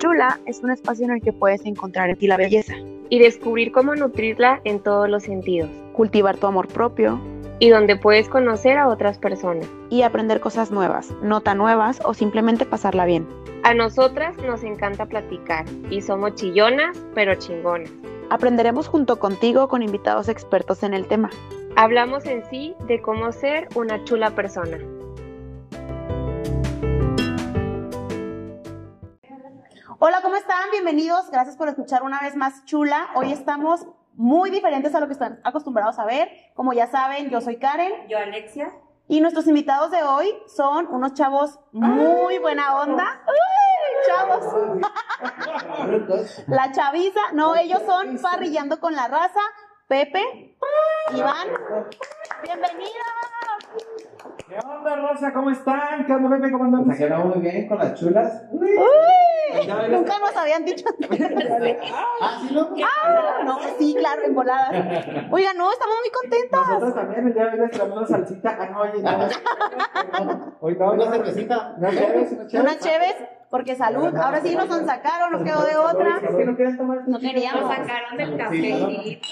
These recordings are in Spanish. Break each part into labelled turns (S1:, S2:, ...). S1: célula es un espacio en el que puedes encontrar en ti la belleza,
S2: y descubrir cómo nutrirla en todos los sentidos
S1: cultivar tu amor propio
S2: y donde puedes conocer a otras personas.
S1: y aprender cosas nuevas, no tan nuevas o simplemente pasarla bien.
S2: A nosotras nos encanta platicar y somos chillonas, pero chingonas.
S1: Aprenderemos junto contigo con invitados expertos en el tema.
S2: Hablamos en sí de cómo ser una chula persona.
S3: Hola, ¿cómo están? Bienvenidos. Gracias por escuchar una vez más Chula. Hoy estamos muy diferentes a lo que están acostumbrados a ver. Como ya saben, yo soy Karen
S4: Yo, Alexia.
S3: y nuestros invitados de hoy son unos chavos muy buena onda. ¡Uy, chavos! La chaviza. No, ellos son Parrillando con la Raza, Pepe, Iván. ¡Bienvenidos!
S5: ¿Qué onda, Rosa? ¿Cómo están? ¿Qué onda, Pepe? ¿Cómo andan?
S6: Nos quedó muy bien con las chulas.
S3: ¡Uy! Nunca nos habían dicho
S6: Ah, sí, loco.
S3: ¡Ah! No, sí, claro, en voladas. Oigan, no, estamos muy contentas.
S5: Nosotros también el día de hoy les traemos una salsita. Ah, no, oye, no. Hoy no,
S6: Una
S5: no.
S6: cervecita.
S5: No, chéves, no, chéves.
S3: Unas cheves, porque salud. Ahora sí nos han sacado, nos quedó de otra.
S5: Es que no quieren tomar.
S3: No
S4: Nos
S3: queríamos.
S4: sacaron del
S6: Sí,
S4: cafecito.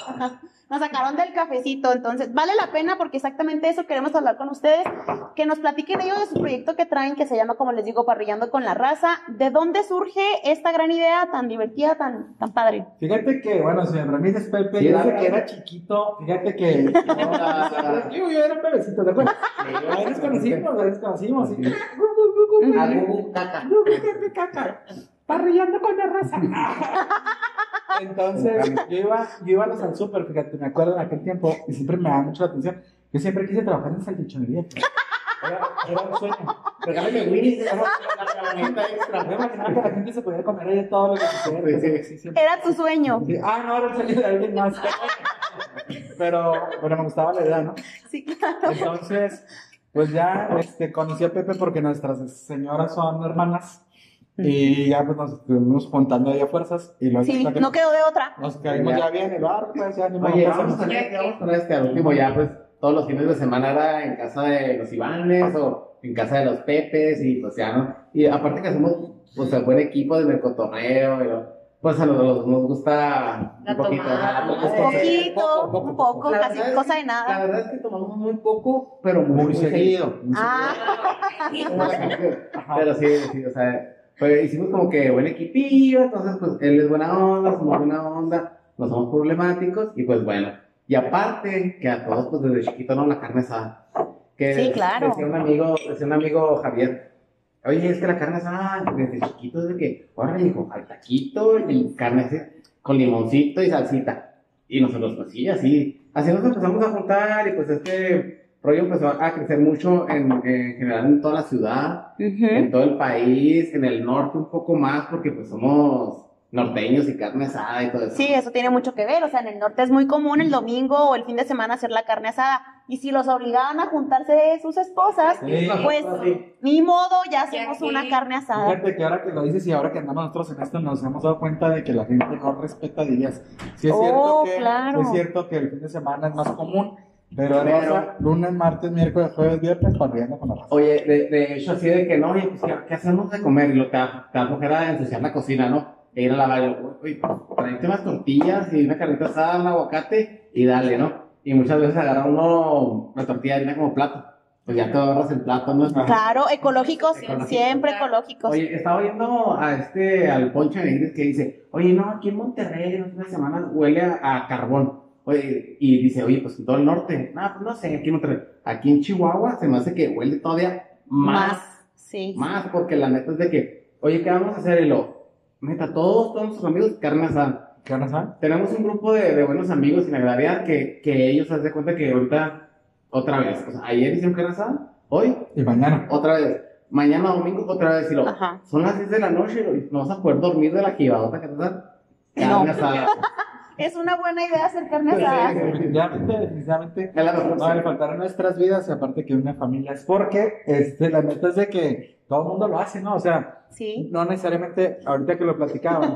S3: Nos sacaron del cafecito, entonces vale la pena porque exactamente eso queremos hablar con ustedes, que nos platiquen ellos de su proyecto que traen, que se llama, como les digo, Parrillando con la Raza. ¿De dónde surge esta gran idea tan divertida, tan, tan padre?
S5: Fíjate que, bueno, si me permites, Pepe,
S6: Sí,
S5: yo
S6: dale.
S5: desde que era chiquito, fíjate que... Digo, yo era un bebecito, ¿te acuerdas? Ahí nos conocimos, ahí nos conocimos. y-
S6: Ah, bubu, caca.
S5: No, fíjate, caca. Parrillando con la raza. Entonces, yo iba, yo iba a los al súper, fíjate, me acuerdo en aquel tiempo, y siempre me da mucho la atención. Yo siempre quise trabajar en salchichonería. Era, era un sueño.
S6: Regálame Winnie. extra.
S5: Me imaginaba que la gente se podía comer ahí de todo lo que quisiera.
S6: Sí.
S5: Sí, siempre.
S3: Era tu sueño.
S5: Sí, Ah, no, ahora salió de alguien más. Pero, pero me gustaba la idea, ¿no?
S3: Sí, claro.
S5: Entonces, pues ya este, conocí a Pepe porque nuestras señoras son hermanas y ya pues nos estuvimos juntando ahí a fuerzas y lo
S3: Sí, no quedó de otra.
S5: nos caímos ya bien en el bar, pues ya ni modo,
S6: Oye,
S5: pues,
S6: vamos a ver, vamos a ver este al último ya, pues, todos los fines de semana era en casa de los Ivanes o en casa de los Pepes y pues ya, ¿no? Y aparte que somos, o sea, buen equipo en el cotorreo, y lo- pues a los dos nos gusta
S4: La
S6: un poquito,
S4: tomada.
S6: ¿no?
S3: Un
S6: Entonces,
S3: poquito,
S6: poco,
S3: un poco,
S6: La
S3: casi
S6: verdad es
S3: cosa
S6: que-
S3: de nada.
S6: La verdad es que tomamos muy poco, pero muy, muy seguido.
S3: Ah,
S6: Pero sí, sí, o sea, pues hicimos como que buen equipillo, entonces pues él es buena onda, somos buena onda, no somos problemáticos y pues bueno. Y aparte, que a todos pues desde chiquito no la carne asada. Que
S3: Sí, claro.
S6: Decía un amigo, decía un amigo Javier, oye, es que la carne asada desde chiquito es de que, ahora le dijo, al taquito y carne así, con limoncito y salsita. Y nosotros pues sí, así, así nos empezamos a juntar y pues este rollo empezó a crecer mucho en, en general en toda la ciudad
S3: ¿Eh?
S6: en todo el país, en el norte un poco más, porque pues somos norteños y carne asada y todo eso.
S3: Sí, eso tiene mucho que ver. O sea, en el norte es muy común el domingo o el fin de semana hacer la carne asada. Y si los obligaban a juntarse sus esposas,
S5: Sí,
S3: pues
S6: sí.
S3: ni modo, ya hacemos
S4: aquí.
S3: una carne asada.
S5: Fíjate que ahora que lo dices y ahora que andamos nosotros en esto nos hemos dado cuenta de que la gente no respeta días. Sí es
S3: Oh,
S5: cierto que
S3: claro.
S5: sí es cierto que el fin de semana es más común, pero,
S6: Pero-
S5: Rosa, lunes, martes, miércoles, jueves, viernes, parrillando con la raza.
S6: Oye, de, de hecho, así de que no, oye, pues, ¿qué, qué hacemos de comer? Y lo que te da flojera ensuciar la cocina, ¿no? E ir a lavar, y luego, oye, traerte unas tortillas y una carnita asada, un aguacate y dale, ¿no? Y muchas veces agarra uno la tortilla y viene como plato. Pues ya te ahorras el plato, ¿no?
S5: Ajá.
S3: Claro, ecológicos,
S6: Ecológicos,
S3: siempre
S4: claro.
S3: ecológicos.
S6: Oye, estaba oyendo a este, al Poncho de Ingrid que dice, oye, no, aquí en Monterrey en las últimas semanas huele a, a carbón. Oye, y dice, oye, pues en todo el norte. No, pues no sé, aquí en Monterrey. Aquí en Chihuahua se me hace que huele todavía más,
S3: Sí.
S6: más, porque la neta es de que, oye, ¿qué vamos a hacer? Y lo, neta, todos, todos nuestros amigos, carne asada
S5: ¿Qué onda, saben?
S6: tenemos un grupo de, de buenos amigos y me agradaría que, que ellos se den cuenta que ahorita, otra vez, o sea, ayer hicieron carne asada, hoy,
S5: Y mañana.
S6: otra vez, mañana domingo, otra vez, y lo,
S3: Ajá.
S6: son las 10 de la noche y no vas a poder dormir de la jibadota que te dan.
S3: No.
S6: Carne asada.
S3: Es una buena idea hacer carne
S6: Sí,
S3: asada.
S5: Definitivamente, definitivamente.
S6: Es la mejor
S5: No, le
S6: opción.
S5: faltaron nuestras vidas y aparte que una familia es porque este, la neta es de que todo el mundo lo hace, ¿no? O sea,
S3: Sí.
S5: no necesariamente, ahorita que lo platicaban,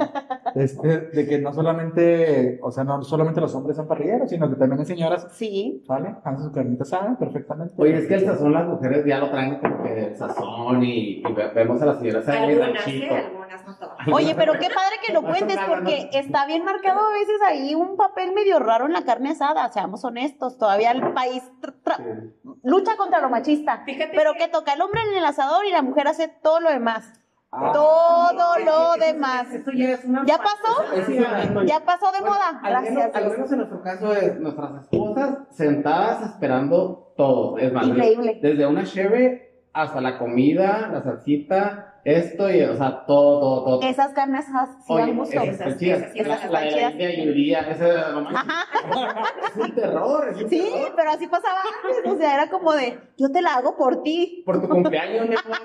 S5: este, de que no solamente, o sea, no solamente los hombres son parrilleros, sino que también las señoras,
S3: Sí.
S5: ¿vale? Hacen su carnita asada perfectamente.
S6: Oye, es que el sazón las mujeres ya lo traen como que el sazón y, y ve- vemos a las señoras ahí
S4: Algunas,
S6: ranchito.
S4: sí, algunas, no todas.
S3: Oye, pero qué padre que lo
S6: Vas
S3: cuentes
S6: soplando,
S3: porque
S6: ¿no?
S3: está bien marcado a veces ahí un papel medio raro en la carne asada, seamos honestos, todavía el país tra- tra- lucha contra lo machista,
S4: Fíjate
S3: pero que toca el hombre en el asador y la mujer hace todo lo demás,
S5: Ah,
S3: todo lo demás.
S6: Esto ya es una.
S3: ¿Ya pasó?
S6: Es una-
S3: Ya pasó de
S6: Bueno,
S3: moda,
S6: al menos-
S3: gracias.
S6: Al menos en nuestro caso es nuestras esposas sentadas esperando todo. Es más,
S3: Increíble.
S6: desde una cheve hasta la comida, la salsita, esto y, o sea, todo, todo, todo.
S3: Esas carnes asadas sí
S6: Oye,
S3: dan gusto.
S6: esas están chidas.
S4: esas sí
S6: La-
S4: están
S6: la de la
S3: chidas.
S6: India y Uriah, esa era lo más- Es un terror, es un
S3: Sí,
S6: terror.
S3: pero así pasaba antes, o sea, era como de, yo te la hago por ti.
S6: Por tu cumpleaños, mi amor,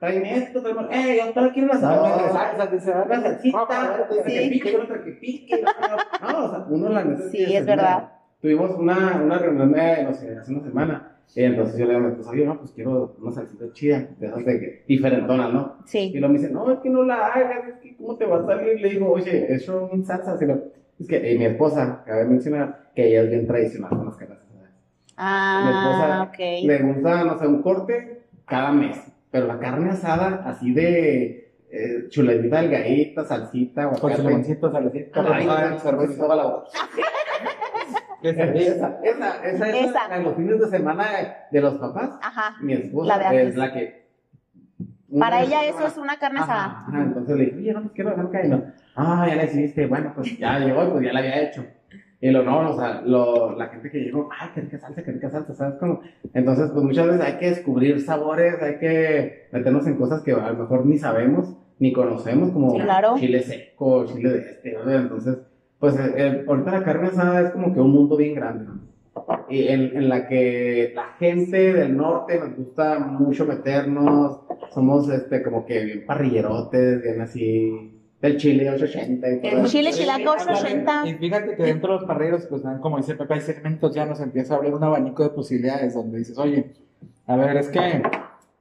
S6: traen esto, traen... Eh, yo solo quiero una
S5: dame
S6: salsa.
S5: salsa, dice,
S6: Una
S5: dame
S6: salsita, otra que
S3: Sí.
S6: pique, otra que pique. No, no, no, o sea, uno la neta
S3: Sí,
S6: que se
S3: es verdad.
S6: Tuvimos una, una reunión de, no sé, hace una semana. Y entonces yo le digo a mi esposa, oye, no, pues quiero una salsita chida, de esas de que, diferentonas, ¿no? Y
S3: Sí.
S6: luego me dice, no, es que no la hagas, es que cómo te va a salir. Le digo, oye, eso es salsa. Así lo- es que eh, mi esposa, cabe mencionar, que ella es bien tradicional con las caras.
S3: Ah, ok.
S6: Le gusta, no sé, un corte cada mes. Pero la carne asada, así de eh, chuletita delgadita, salsita,
S5: Con
S6: aguacate.
S5: limoncito, salecita,
S6: Ay,
S5: ropa,
S6: esa,
S5: cerveza. Qué
S6: Esa,
S5: cerveza.
S6: esa, esa, esa,
S3: Esa.
S6: la de los fines de semana de los papás.
S3: Ajá.
S6: Mi esposa
S3: La de antes.
S6: es la que.
S3: Para
S6: Una-
S3: ella eso es una carne asada.
S6: Ajá, ajá, entonces le dije, oye, no, pues quiero dejar caer. No, ah, ya la hiciste, bueno, pues ya llegó, pues ya la había hecho. Y lo no, o sea, lo, la gente que llegó, ay, qué rica salsa, qué rica salsa, ¿sabes cómo? Entonces, pues muchas veces hay que descubrir sabores, hay que meternos en cosas que a lo mejor ni sabemos, ni conocemos, como
S3: Claro.
S6: chile seco, chile de este, ¿no? Entonces, pues eh, eh, ahorita la carne asada es como que un mundo bien grande, ¿no? y en, en la que la gente del norte nos gusta mucho meternos, somos este como que bien parrillerotes, bien así, del chile 880. y todo
S4: El
S6: eso.
S3: Chile
S4: Sí,
S3: chilaco
S4: ándale.
S3: 80.
S5: Y fíjate que dentro de los parrillos, pues dan, como dice Pepe, hay segmentos, ya nos empieza a abrir un abanico de posibilidades donde dices, oye, a ver, es que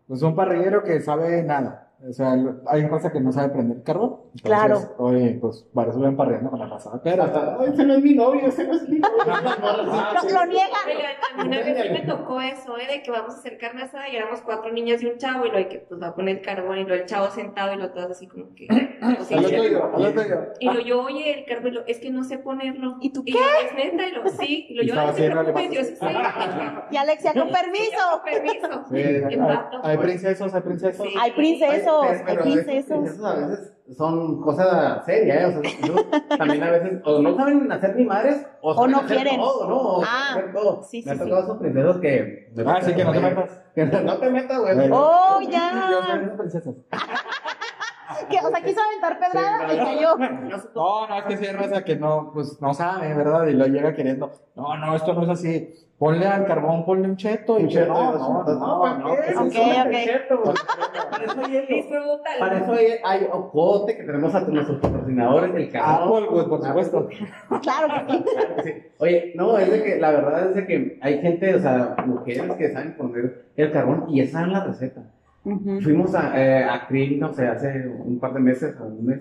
S5: pues un parrillero que sabe nada. O sea, el- hay raza que no sabe prender carbón. Entonces,
S3: Claro.
S5: Oye, pues para eso ven parrillando con la raza.
S6: Pero
S5: Pero
S6: hasta, "Ay, ese no es mi novio, ese no es mi novio.
S3: Lo, lo niega.
S4: Oigan, a mí una vez sí me tocó eso, ¿eh? De que vamos a hacer carne asada y éramos cuatro niñas y un chavo, y lo de que pues va a poner el carbón, y lo el chavo sentado, y lo todas así como que. o sea,
S5: al otro día, ah. al otro día.
S4: y lo yo, oye, el carbón, y lo, es que no sé ponerlo.
S3: ¿Y tú
S4: qué? es neta, y lo, sí, y lo
S5: Y
S4: yo,
S5: estaba
S4: no te
S5: haciéndole
S4: preocupes, yo sí sé.
S3: Y Alexia, con
S4: Con
S3: permiso.
S4: permiso.
S5: Sí, eh, hay,
S4: Qué pato.
S5: hay princesos, hay princesos.
S4: Sí.
S3: Hay princesos,
S6: Oye,
S3: hay
S6: pero esos
S3: princesos.
S6: princesos a veces son cosas serias, ¿eh? O sea, yo también a veces o no saben hacer ni madres o, saben
S3: no
S6: hacer
S3: quieren.
S6: Todo, ¿no? O
S3: Ah,
S6: saben hacer todo.
S3: sí,
S6: Me
S3: sí,
S6: ha tocado esos princesos que.
S5: Ah, sí, que no te metas.
S6: Que no- no te metas, güey.
S3: Oh,
S5: Yo soy
S3: ya.
S5: una princesa.
S3: Que, o sea, quiso aventar pedrada y cayó.
S5: No, no, es que sí hay raza que no, pues no sabe, ¿verdad? Y lo llega queriendo. No, no, esto no es así. Ponle al carbón, ponle un cheto y
S6: Un cheto,
S5: no,
S6: y
S5: no,
S6: dos-
S5: no, no, ¿qué es
S3: Ok,
S5: eso?
S3: ok.
S6: Para eso hay hielo. Para
S4: Disfrútalo.
S6: eso hay, hay ocote que tenemos a nuestros patrocinadores, el carbón.
S5: Applewood, por supuesto.
S3: Claro que sí.
S6: Sí. Oye, no, es de que la verdad es de que hay gente, o sea, mujeres que saben poner el carbón y ya saben la receta. Fuimos a, eh, a Krill, no sé, hace un par de meses, o un mes.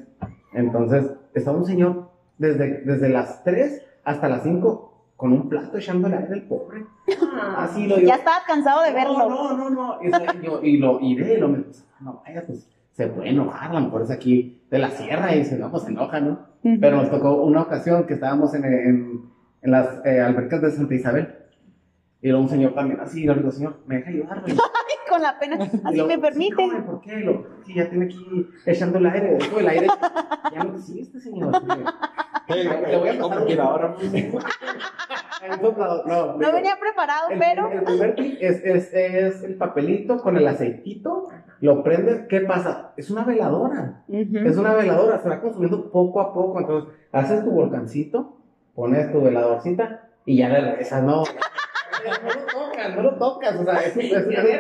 S6: Entonces, estaba un señor desde, desde las 3 hasta las 5 con un plato echándole aire al pobre.
S4: Ah,
S6: Así lo
S3: Ya estabas cansado de
S6: no,
S3: verlo.
S6: No, no, no. Y, o sea, yo- y lo iré, y lo me no vaya, pues se puede enojar, a lo mejor es aquí de la sierra y se no, pues se enoja, ¿no?
S3: Ujú.
S6: Pero nos tocó una ocasión que estábamos en, en, en las eh, albercas de Santa Isabel. Y luego un señor también, así, y le digo, señor, ¿me deja ayudar? güey?"
S3: Con la pena.
S6: Y
S3: Así
S6: luego,
S3: me
S6: "Sí,
S3: permite.
S6: joven, ¿Por qué? Y luego, sí, ya tiene aquí echando el aire, dejo el aire. ya no existe, señor. Le voy a pasar un- Hay un soplador. No,
S3: No
S6: digo,
S3: venía preparado,
S6: el,
S3: pero.
S6: el primer tip es, es, es el papelito con el aceitito, lo prendes, ¿qué pasa? Es una veladora, es
S3: Ujú.
S6: una veladora, se va consumiendo poco a poco, entonces haces tu volcancito, pones tu veladorcita y ya le regresas, no. No lo tocas, no lo tocas, o sea, es, un- es,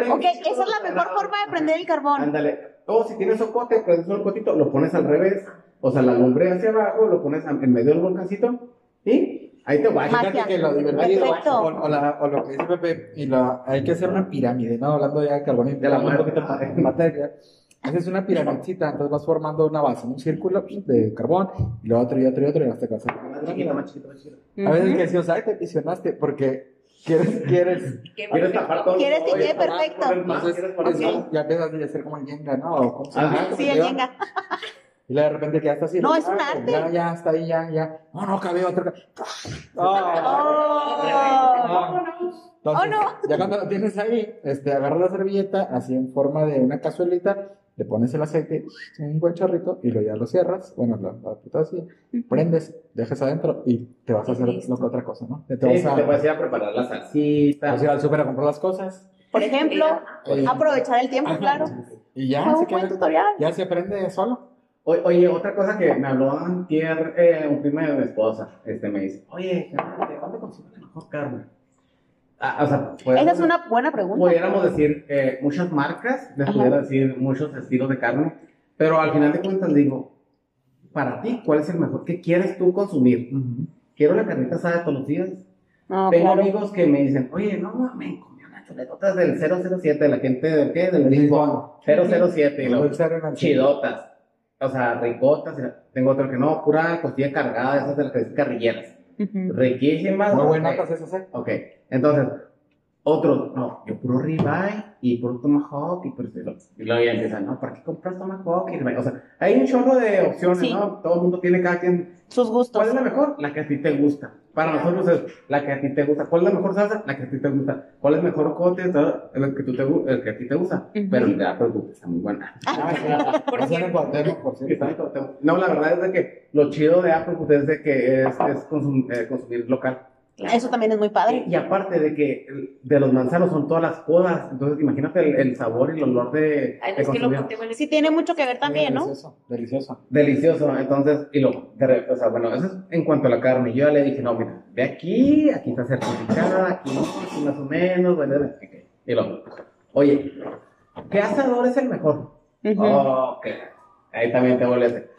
S6: es-
S3: Ok, esa es la mejor forma de prender el carbón.
S6: Ándale. O si tienes ocote, prendes un cotito, lo pones al revés. O sea, la lumbre hacia abajo, lo pones en medio del volcancito y ahí te guachas.
S3: Magia.
S5: Fíjate que lo divertido,
S3: Perfecto.
S5: o, o la- o lo que dice Pepe, y la- hay que hacer una pirámide, ¿no? Hablando ya de carbón y
S6: De la
S5: un
S6: muerte.
S5: poquito de materia. Haces una piramidcita, entonces vas formando una base, un círculo de carbón, y lo otro, y otro, y otro, y hasta que vas a-
S6: Más chiquito, más chiquito, más chiquito.
S5: A veces que decimos, ay, te pisionaste, porque quieres, quieres.
S4: Qué
S6: Quieres
S4: perfecto.
S6: tapar todo.
S3: Quieres que
S6: Oye,
S3: quede
S6: tapar,
S3: perfecto.
S6: poner más,
S5: Entonces,
S6: quieres poner más.
S5: ya empiezas a hacer como el yenga, ¿no? O como se
S6: Ajá.
S5: llama,
S3: Sí,
S5: como se
S3: el
S5: llama.
S3: yenga.
S5: Y luego de repente que ya está así.
S3: No, es
S5: ah,
S3: un
S5: pues,
S3: arte.
S5: Ya, ya, está ahí, ya, ya. No, no, cabe otro.
S6: Ah,
S3: Oh.
S5: Entonces,
S3: Oh, no.
S5: ya cuando lo tienes ahí, este, agarras la servilleta, así en forma de una cazuelita, le pones el aceite, un buen chorrito, y luego ya lo cierras, bueno, lo, lo aprietas así, prendes, dejas adentro y te vas a hacer lo que otra cosa, ¿no? Te, te
S6: Sí,
S5: vas
S6: Te
S5: a,
S6: vas a ir a preparar la salsita.
S5: vas a ir al súper a comprar las cosas.
S3: Por ejemplo,
S5: eh,
S3: aprovechar el tiempo,
S5: ajá,
S3: claro.
S5: Y ya,
S6: Ah,
S3: Fue
S5: se
S3: un buen
S5: queda-
S3: tutorial.
S5: ya se aprende solo.
S6: O- Oye, otra cosa que me habló antier, eh, un primo de mi esposa, este me dice, oye, ¿de dónde consigo la mejor carne? Ah, o sea,
S3: Esa es
S6: podemos-
S3: una buena pregunta.
S6: pudiéramos decir eh, muchas marcas, les
S1: Ajá.
S6: pudiera decir muchos estilos de carne, pero al final de cuentas digo, para ti, ¿cuál es el mejor? ¿Qué quieres tú consumir? Quiero la carnita asada todos los días.
S3: No,
S6: Tengo
S3: claro.
S6: amigos que me dicen, oye, no mames, comí unas chuletotas del 007, la gente del qué, del
S5: El
S6: Lisboa.
S5: Lisboa.
S6: 007, y
S5: Lo
S6: lo-
S5: echaron al-
S6: chidotas, o sea, ricotas. y la- Tengo otro que no, pura costilla cargada, esas de las que dicen carrilleras.
S1: Ujú.
S6: Riquísimas.
S5: Muy buenas
S6: ok.
S5: notas esas, ¿eh?
S6: Ok, entonces, otro, no, yo puro ribeye y puro tomahawk y puro Y luego ya empiezan, no, ¿para qué compras tomahawk y ribeye? O sea, hay un chorro de opciones,
S3: Sí.
S6: ¿no? Todo el mundo tiene cada quien.
S3: Sus
S6: ¿Cuál es
S3: gustos.
S6: la mejor? La que a ti te gusta. Para nosotros es la que a ti te gusta. ¿Cuál es la mejor salsa? La que a ti te gusta. ¿Cuál es el mejor cote? Todo, El que, tú te, gu- el que a ti te gusta.
S1: Ujú.
S6: Pero no te la preocupes, pues, está muy buena.
S5: Ah, Por cierto. por
S6: Sí, está
S5: cierto.
S6: bien, te- te- No, la verdad es de que lo chido de Apple pues, es de que es, es consum- eh, consumir local.
S3: Eso también es muy padre.
S6: Y aparte de que el- de los manzanos son todas las podas, entonces imagínate el, el sabor y el olor de,
S4: Ay, no,
S6: de
S4: es que lo
S6: consumir.
S4: conté bueno,
S3: Sí tiene mucho que ver también, ¿no?
S5: Delicioso, delicioso.
S6: Delicioso, entonces, y lo, de re- o sea, bueno, eso es en cuanto a la carne. Yo ya le dije, no, mira, ve aquí, aquí está certificada, aquí, no, aquí más o menos, bueno, bueno, ok. y lo, oye, ¿qué asador es el mejor?
S1: Ujú.
S6: Ok, ahí también te volviste.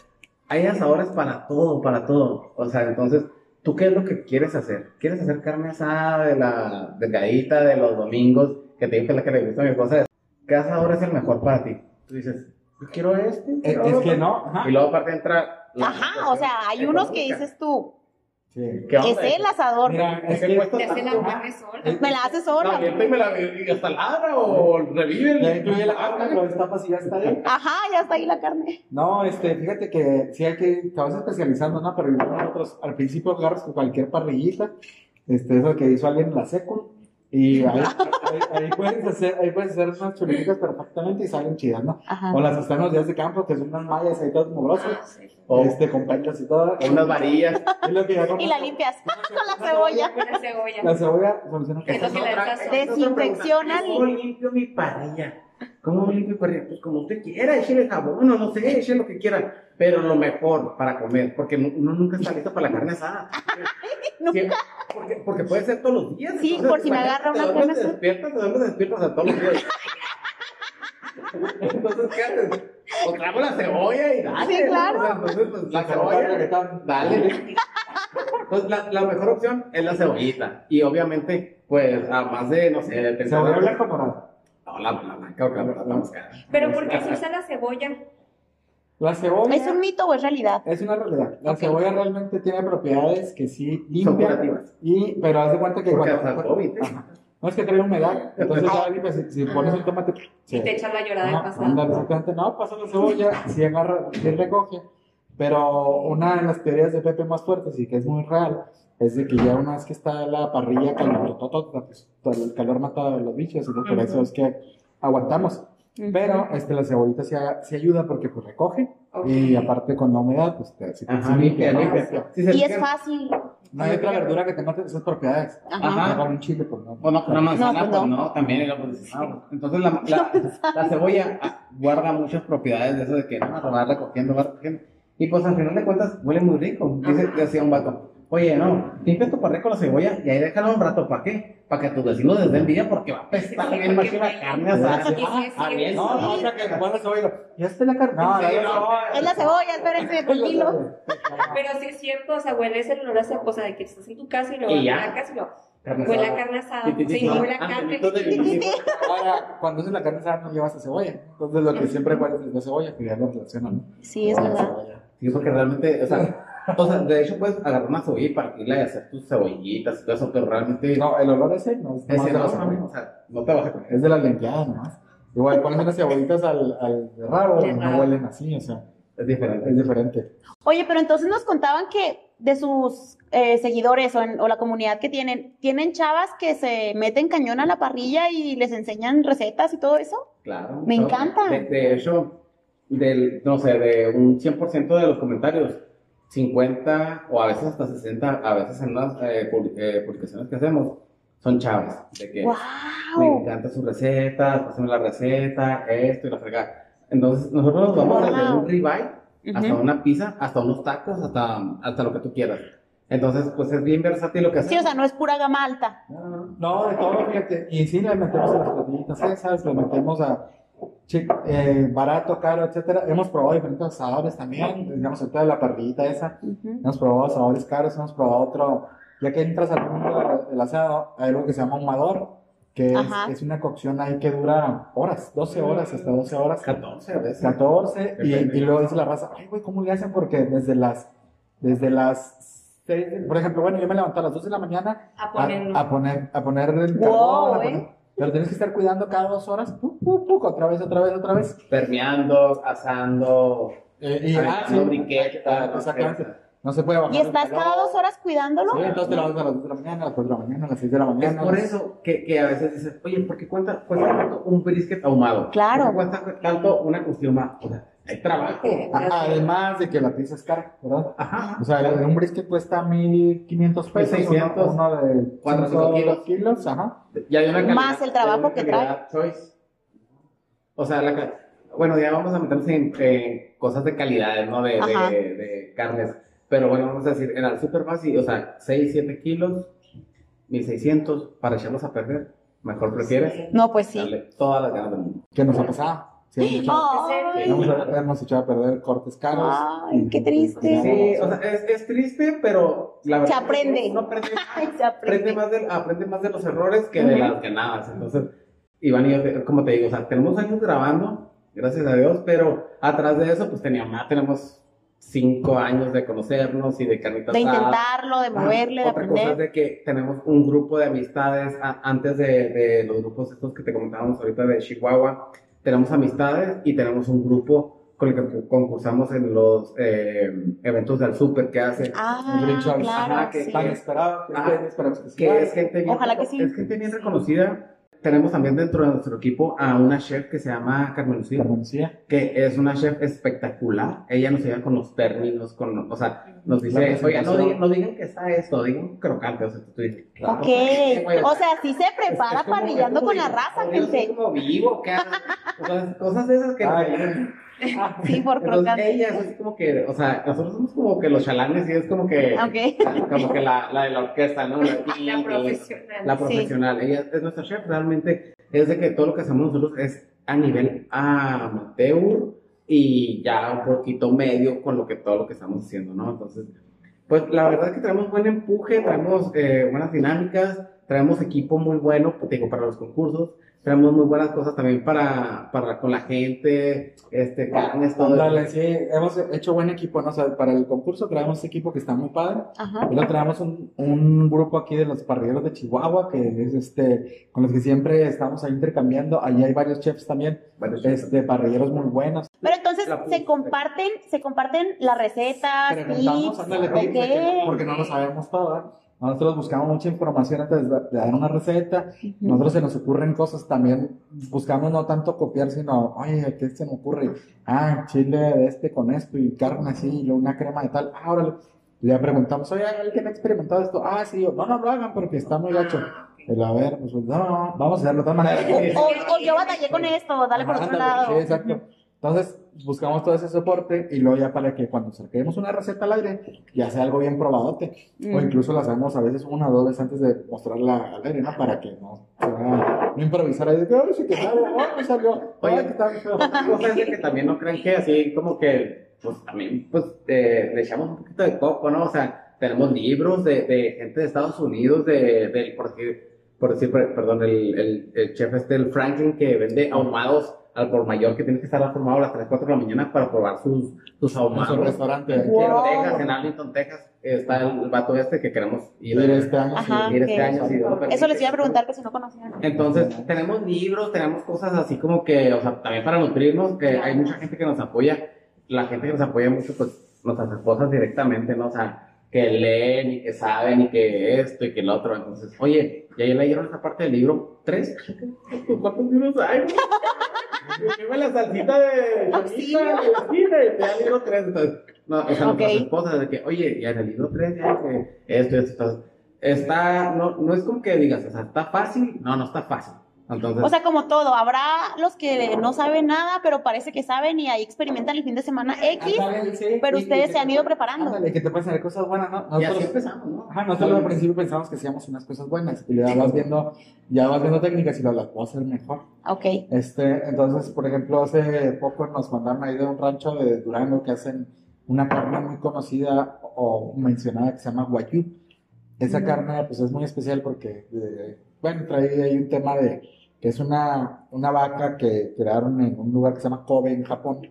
S6: Hay asadores para todo, para todo. O sea, entonces, ¿tú qué es lo que quieres hacer? ¿Quieres hacer carne asada de la delgadita de los domingos? Que te dije la que le gusta a mi esposa. ¿Qué asador es el mejor para ti? Tú dices, yo quiero este.
S5: Es,
S6: quiero
S5: es
S6: otro.
S5: que no. Ajá.
S6: Y luego aparte entra... la
S3: Ajá, o sea, hay unos que dices tú,
S5: Sí.
S6: ¿Qué
S3: es
S6: onda?
S3: el asador.
S5: Mira, es
S6: ¿Qué
S5: que eh,
S6: cuesta
S4: te hace la
S6: tanto?
S4: carne sola.
S3: Me la haces
S6: No,
S3: sola.
S6: y ahorita me la y hasta ladra o revive.
S5: Ya incluye la carne, lo destapas y ya está ahí.
S3: Ajá, ya está ahí la carne.
S5: No, este, fíjate que sí hay que, te vas especializando, ¿no? Pero nosotros al principio agarras con cualquier parrillita, este, eso que hizo alguien en la secu, y ahí, ahí- ahí puedes hacer, ahí puedes hacer unas chuletitas perfectamente y salen chidas, ¿no?
S1: Ajá.
S5: O las que están en los días de campo, que son unas mallas ahí todas mugrosas,
S4: Ah, sí.
S6: O
S5: este, con pañas y todo.
S6: o unas varillas.
S5: Es lo que ya
S3: Y la limpias.
S5: con
S3: la cebolla.
S4: Buena cebolla.
S5: La cebolla soluciona
S4: Es lo
S5: todo.
S4: que le da sazón.
S3: Desinfecciona
S6: ¿Cómo limpio mi parrilla? ¿Cómo limpio mi parrilla? Pues como usted quiera, échele jabón, o no sé, échele lo que quiera. Pero lo mejor para comer, porque nu- uno nunca está listo para la carne asada.
S3: Nunca.
S6: Siempre- Porque, porque puede ser todos los días.
S3: Sí, por si me agarra una
S6: carne
S3: carne
S6: asada. Te
S3: asada.
S6: despiertas, te duermes, despiertas a todos los días. Entonces, ¿qué haces? O trago la cebolla y dale.
S3: Sí,
S6: ¿no?
S3: claro.
S6: O sea, entonces, pues, la
S5: La cebolla que
S6: cebolla,
S5: tan-
S6: dale. Pues la, la mejor opción es la cebollita. Y obviamente, pues, además de, no sé, de
S5: Cebolla blanca o morada.
S6: No, la, la blanca o la morada, vamos cara.
S4: Pero ¿por qué se usa la cebolla?
S5: La cebolla.
S3: ¿Es un mito o es realidad?
S5: Es una realidad. La
S3: Ok.
S5: cebolla realmente tiene propiedades que sí
S6: Son
S5: limpian.
S6: curativas.
S5: Y, pero haz de cuenta que
S6: Porque
S5: cuando-
S6: hasta el COVID. ¿eh?
S5: Ajá. no es que trae humedad, entonces ya limpia, si, si pones el tomate,
S4: Y te echas la llorada del
S5: Ajá,
S4: pasado.
S5: ándale, Ah, exactamente. no pasa la cebolla, si agarra, si recoge. Pero una de las teorías de Pepe más fuertes y que es muy real es de que ya una vez que está la parrilla calentototota, pues todo el calor mata a los bichos, entonces por eso es que aguantamos. Pero este, la cebollita sí, a- sí ayuda porque pues recoge
S4: Ok.
S5: y aparte con la humedad, pues te, sí- sí
S6: Ajá, limpia,
S5: ¿no?
S6: limpia. Si se
S3: Y es
S6: fijan-
S3: fácil.
S5: No hay otra verdura que tenga esas propiedades.
S3: Ajá.
S5: Con un chile, pues no.
S6: O no, una manzana,
S3: No,
S6: pues
S3: pues
S6: no, también. y luego, pues, ah, pues, entonces la, la, la cebolla ah, guarda muchas propiedades de eso de que no, te vas recogiendo, vas recogiendo. Y pues al final de cuentas huele muy rico. Dice, decía un vato, oye, no, limpia tu parrilla con la cebolla y ahí déjalo un rato, ¿para qué? Para que tus vecinos les den envidia porque va a pestar
S4: Sí,
S6: bien
S4: porque
S6: machín la
S4: huele.
S6: carne asada.
S5: Sí, sí,
S4: sí, sí,
S6: Ah,
S4: sí.
S6: bien,
S5: No, no,
S6: no,
S5: o sea que pon la cebolla y lo, ya está la carne. No,
S6: Sí,
S5: la-
S6: no.
S3: Es la cebolla, espérense, tranquilo.
S4: Pero sí es cierto, o sea, hueles el olor a esa cosa de que estás en tu casa y lo
S6: Y ya.
S4: sacas y lo
S6: Carne
S4: huele a
S6: asada.
S4: carne asada.
S6: Y te
S4: Sí,
S6: dicen,
S4: huele a
S6: ah,
S4: carne.
S6: antojitos de vinil.
S5: Ahora, cuando haces la carne asada no llevas la cebolla. Entonces lo que siempre guardas es la cebolla, que ya lo relacionan. ¿no?
S3: Sí, es
S5: Con la
S3: verdad.
S5: cebolla.
S6: Sí, porque realmente, o sea, o sea, de hecho puedes agarrar una cebolla y partirla y hacer tus cebollitas y todo eso, pero realmente...
S5: No, el olor ese no es, no es
S6: Ese
S5: de la
S6: no,
S5: cebolla.
S6: o sea, no te vas a comer.
S5: Es de las limpiadas nomás. Igual pones unas cebollitas al, al rabo y
S4: Al
S5: no
S4: rabo.
S5: huelen así, o sea.
S6: Es
S5: Es
S6: diferente.
S5: diferente.
S3: Oye, pero entonces nos contaban que de sus eh, seguidores o, en- o la comunidad que tienen, ¿tienen chavas que se meten cañón a la parrilla y les enseñan recetas y todo eso?
S6: Claro.
S3: Me
S6: Todo.
S3: encanta.
S6: De, de hecho, del, no sé, de un 100% de los comentarios, 50 o a veces hasta 60, a veces en las eh, publi- eh, publicaciones que hacemos, son chavas. De que me
S3: ¡Wow!
S6: encantan sus recetas, pásame la receta, esto y la fregada. Entonces, nosotros nos vamos desde
S3: Wow.
S6: un ribeye hasta
S3: Ujú.
S6: una pizza, hasta unos tacos, hasta, hasta lo que tú quieras. Entonces, pues es bien versátil lo
S3: Sí,
S6: que
S3: o
S6: hacemos.
S3: sea, no es pura gama alta.
S6: No, no, no.
S5: No, de todo, fíjate. Y sí, le metemos a las platillitas esas, le metemos a chi- eh, barato, caro, etcétera. Hemos probado diferentes sabores también. Digamos, ahorita de la parrillita esa.
S3: Ujú.
S5: Hemos probado sabores caros, hemos probado otro. Ya que entras al mundo del- del asado, hay algo que se llama ahumador, que es,
S3: Ajá.
S5: es una cocción ahí que dura horas, 12 horas, hasta 12 horas.
S6: 14 a veces.
S5: 14 y,
S6: Depende.
S5: y luego dice la raza, ay, güey, ¿cómo le hacen? Porque desde las, desde las, seis de- por ejemplo, bueno, yo me levanto a las 2 de la mañana
S4: A
S5: a,
S4: ponerlo.
S5: a poner, a poner el
S3: Wow,
S5: carbón, a
S3: eh.
S5: poner- pero tienes que estar cuidando cada dos horas, pu, pu, pu, otra vez, otra vez, otra vez.
S6: Permeando, asando,
S5: Eh, y ah, pues, sí,
S6: haciendo briquetas.
S5: exactamente. No se puede bajar.
S3: ¿Y
S5: el
S3: estás
S5: calor.
S3: cada dos horas cuidándolo?
S5: Sí, entonces te levantas a las 2 de la mañana, a las 4 de la mañana, a las 6 de la
S6: Es
S5: mañana.
S6: por eso que, que a veces dices, oye, ¿por qué cuenta, cuesta tanto un brisket ahumado?
S3: Claro.
S6: ¿Por qué cuesta tanto una cuestión más? O sea, hay trabajo.
S5: A- ah, Además de que la pizza es cara, ¿verdad?
S6: Ajá.
S5: O sea, el- un brisket cuesta 1500 pesos,
S6: 1600,
S5: uno, uno de
S6: 4 o 5
S5: kilos.
S6: Pues, kilos.
S5: kilos, ajá.
S6: Y hay una calidad-
S3: Más el trabajo
S6: hay una
S3: que
S6: calidad choice. O sea, la ca- bueno, ya vamos a meternos en, en cosas de calidades, ¿no? De, de-
S3: Ajá.
S6: de carnes. Pero bueno, vamos a decir, en el super fácil, o sea, 6, 7 kilos, 1600 para echarlos a perder. Mejor prefieres
S3: No, pues sí.
S6: darle todas las ganas del mundo.
S5: ¿Qué nos ha pasado? Sí, hemos echado,
S3: ¡Ay!
S5: hemos, hemos echado a perder cortes caros.
S3: Ay, qué triste.
S6: Sí, o sea, es, es triste, pero la
S3: Se
S6: verdad.
S3: aprende.
S6: No aprende.
S3: Ay, se
S6: aprende
S3: aprende.
S6: más de, aprende más de los errores que de
S3: Ujú.
S6: las ganadas. Entonces, Iván y yo, te- como te digo, o sea, tenemos años grabando, gracias a Dios, pero atrás de eso, pues teníamos, más, tenemos cinco años de conocernos y de carnitas
S3: De
S6: asadas.
S3: intentarlo, de
S6: Ajá.
S3: moverle, de
S6: Ah, Otra cosa es
S3: aprender.
S6: de que tenemos un grupo de amistades a- antes de, de los grupos estos que te comentábamos ahorita de Chihuahua. Tenemos amistades y tenemos un grupo con el que co- concursamos en los eh, eventos del súper que hace.
S3: Ah,
S5: Grinch,
S3: claro,
S6: ajá, que-
S3: sí.
S5: Tan esperado, que
S6: Ah,
S5: ustedes esperamos que
S6: que es
S5: sea.
S6: gente bien,
S3: Ojalá que sí.
S6: es gente bien reconocida. Tenemos también dentro de nuestro equipo a una chef que se llama Carmen Lucía,
S5: Permanecía.
S6: que es una chef espectacular. Ella nos ayuda con los términos, con, o sea, nos
S5: La
S6: dice, oiga, no,
S5: presentación.
S6: digan- no digan que está esto, digan crocante, o sea, tú dices, claro.
S3: Ok,
S6: Eh, güey,
S3: o sea, sí se
S6: es- es
S3: prepara
S6: como-
S3: parrillando
S6: es como
S3: con la
S6: vivo,
S3: raza,
S6: yo no soy
S3: gente.
S6: como vivo, que hago, o sea, cosas de esas que...
S5: Ay,
S3: Sí, por
S6: Entonces,
S3: crocante.
S6: ella es así como que, o sea, nosotros somos como que los chalanes y es como que,
S3: Ok,
S6: como que la, la de la orquesta, ¿no? La,
S4: La profesional.
S6: la
S3: Sí.
S6: profesional. Ella es nuestra chef, realmente es de que todo lo que hacemos nosotros es a nivel amateur y ya un poquito medio con lo que todo lo que estamos haciendo, ¿no? Entonces, pues la verdad es que traemos buen empuje, traemos eh, buenas dinámicas, traemos equipo muy bueno, pues, digo, para los concursos, traemos muy buenas cosas también para, para con la gente, este, carnes, todo
S5: Ándale,
S6: eso.
S5: sí, hemos hecho buen equipo, ¿no? O sea, para el concurso traemos este equipo que está muy padre.
S3: ajá.
S5: Y luego traemos un, un grupo aquí de los parrilleros de Chihuahua, que es este, con los que siempre estamos ahí intercambiando. Allí hay varios chefs también,
S6: Bueno,
S5: este, parrilleros muy buenos.
S3: Pero entonces
S6: La puse.
S3: se comparten, se comparten las recetas,
S5: Preguntamos,
S3: tips,
S5: ándale, tips, de que-
S3: ok.
S5: porque no lo sabemos todo. ¿eh? Nosotros buscamos mucha información antes de de dar una receta. Nosotros se nos ocurren cosas también. Buscamos no tanto copiar, sino, oye, ¿qué se me ocurre? Ah, chile de este con esto y carne así, y luego una crema de tal. Ah, órale. Le preguntamos, oye, ¿alguien ha experimentado esto? Ah, sí, yo, no, no lo hagan porque está muy gacho. El a ver, pues, no, no, no, vamos a hacerlo de tal manera.
S3: O, o yo batallé con esto, dale por
S5: Ajá,
S3: otro
S5: ándale,
S3: lado.
S5: Sí, exacto. Entonces, buscamos todo ese soporte y luego ya para que cuando saquemos una receta al aire, ya sea algo bien probadote. O
S3: Mm.
S5: incluso la hacemos a veces una o dos veces antes de mostrarla al aire, ¿no? Para que no, se va- no improvisar ahí de que, ay, sí que sabe, ay, no salió, ay,
S6: Oye.
S5: que está bien feo".
S6: cosa es de que también no crean que así como que, pues también, pues eh, le echamos un poquito de coco, ¿no? O sea, tenemos libros de, de gente de Estados Unidos, de, del, por decir, por decir, per- perdón, el, el, el chef este, el Franklin, que vende ahumados al por mayor, que tiene que estar ahumado a las 3, 4 de la mañana para probar sus,
S5: En
S6: sus
S5: su
S6: ahumados.
S5: restaurante.
S3: Wow.
S6: En Texas, en Arlington, Texas, está el vato este que queremos ir,
S5: Ir este año, sí.
S3: Ajá.
S6: ir este
S3: ok.
S6: año. si Dios lo
S3: Eso les iba a
S6: permite.
S3: preguntar que si no conocían.
S6: Entonces, tenemos libros, tenemos cosas así como que, o sea, también para nutrirnos, que hay mucha gente que nos apoya. la gente que nos apoya mucho, pues nuestras esposas directamente, ¿no? O sea, que leen y que saben y que esto y que lo otro. Entonces, oye, ya leyeron esta parte del libro 3. ¿Cuántos libros hay? Lleva la salsita de
S3: Auxilio.
S6: chorizo, de la cita, y te da el libro 3. Entonces, no, o sea,
S3: Ok.
S6: nuestras esposas, de que, oye, ya en el libro 3, ya que esto, esto, esto. Está, no, no es como que digas, o sea, está fácil. No, no está fácil. Entonces,
S3: O sea, como todo, habrá los que no saben nada, pero parece que saben y ahí experimentan el fin de semana
S5: Ah,
S6: Ah,
S3: X, pero ustedes se han ido preparando.
S5: Ándale, que te pasan cosas buenas, ¿no?
S6: y así
S5: Nosotros,
S6: empezamos, ¿no?
S5: ajá, nosotros al principio pensamos que hacíamos unas cosas buenas y le vas viendo, ya vas viendo técnicas y lo las puedo hacer mejor.
S3: Ok.
S5: Este, entonces, por ejemplo, hace poco nos mandaron ahí de un rancho de Durango que hacen una carne muy conocida o mencionada que se llama guayú. Esa carne, pues, es muy especial porque, eh, bueno, trae ahí un tema de que es una, una vaca que crearon en un lugar que se llama Kobe, en Japón.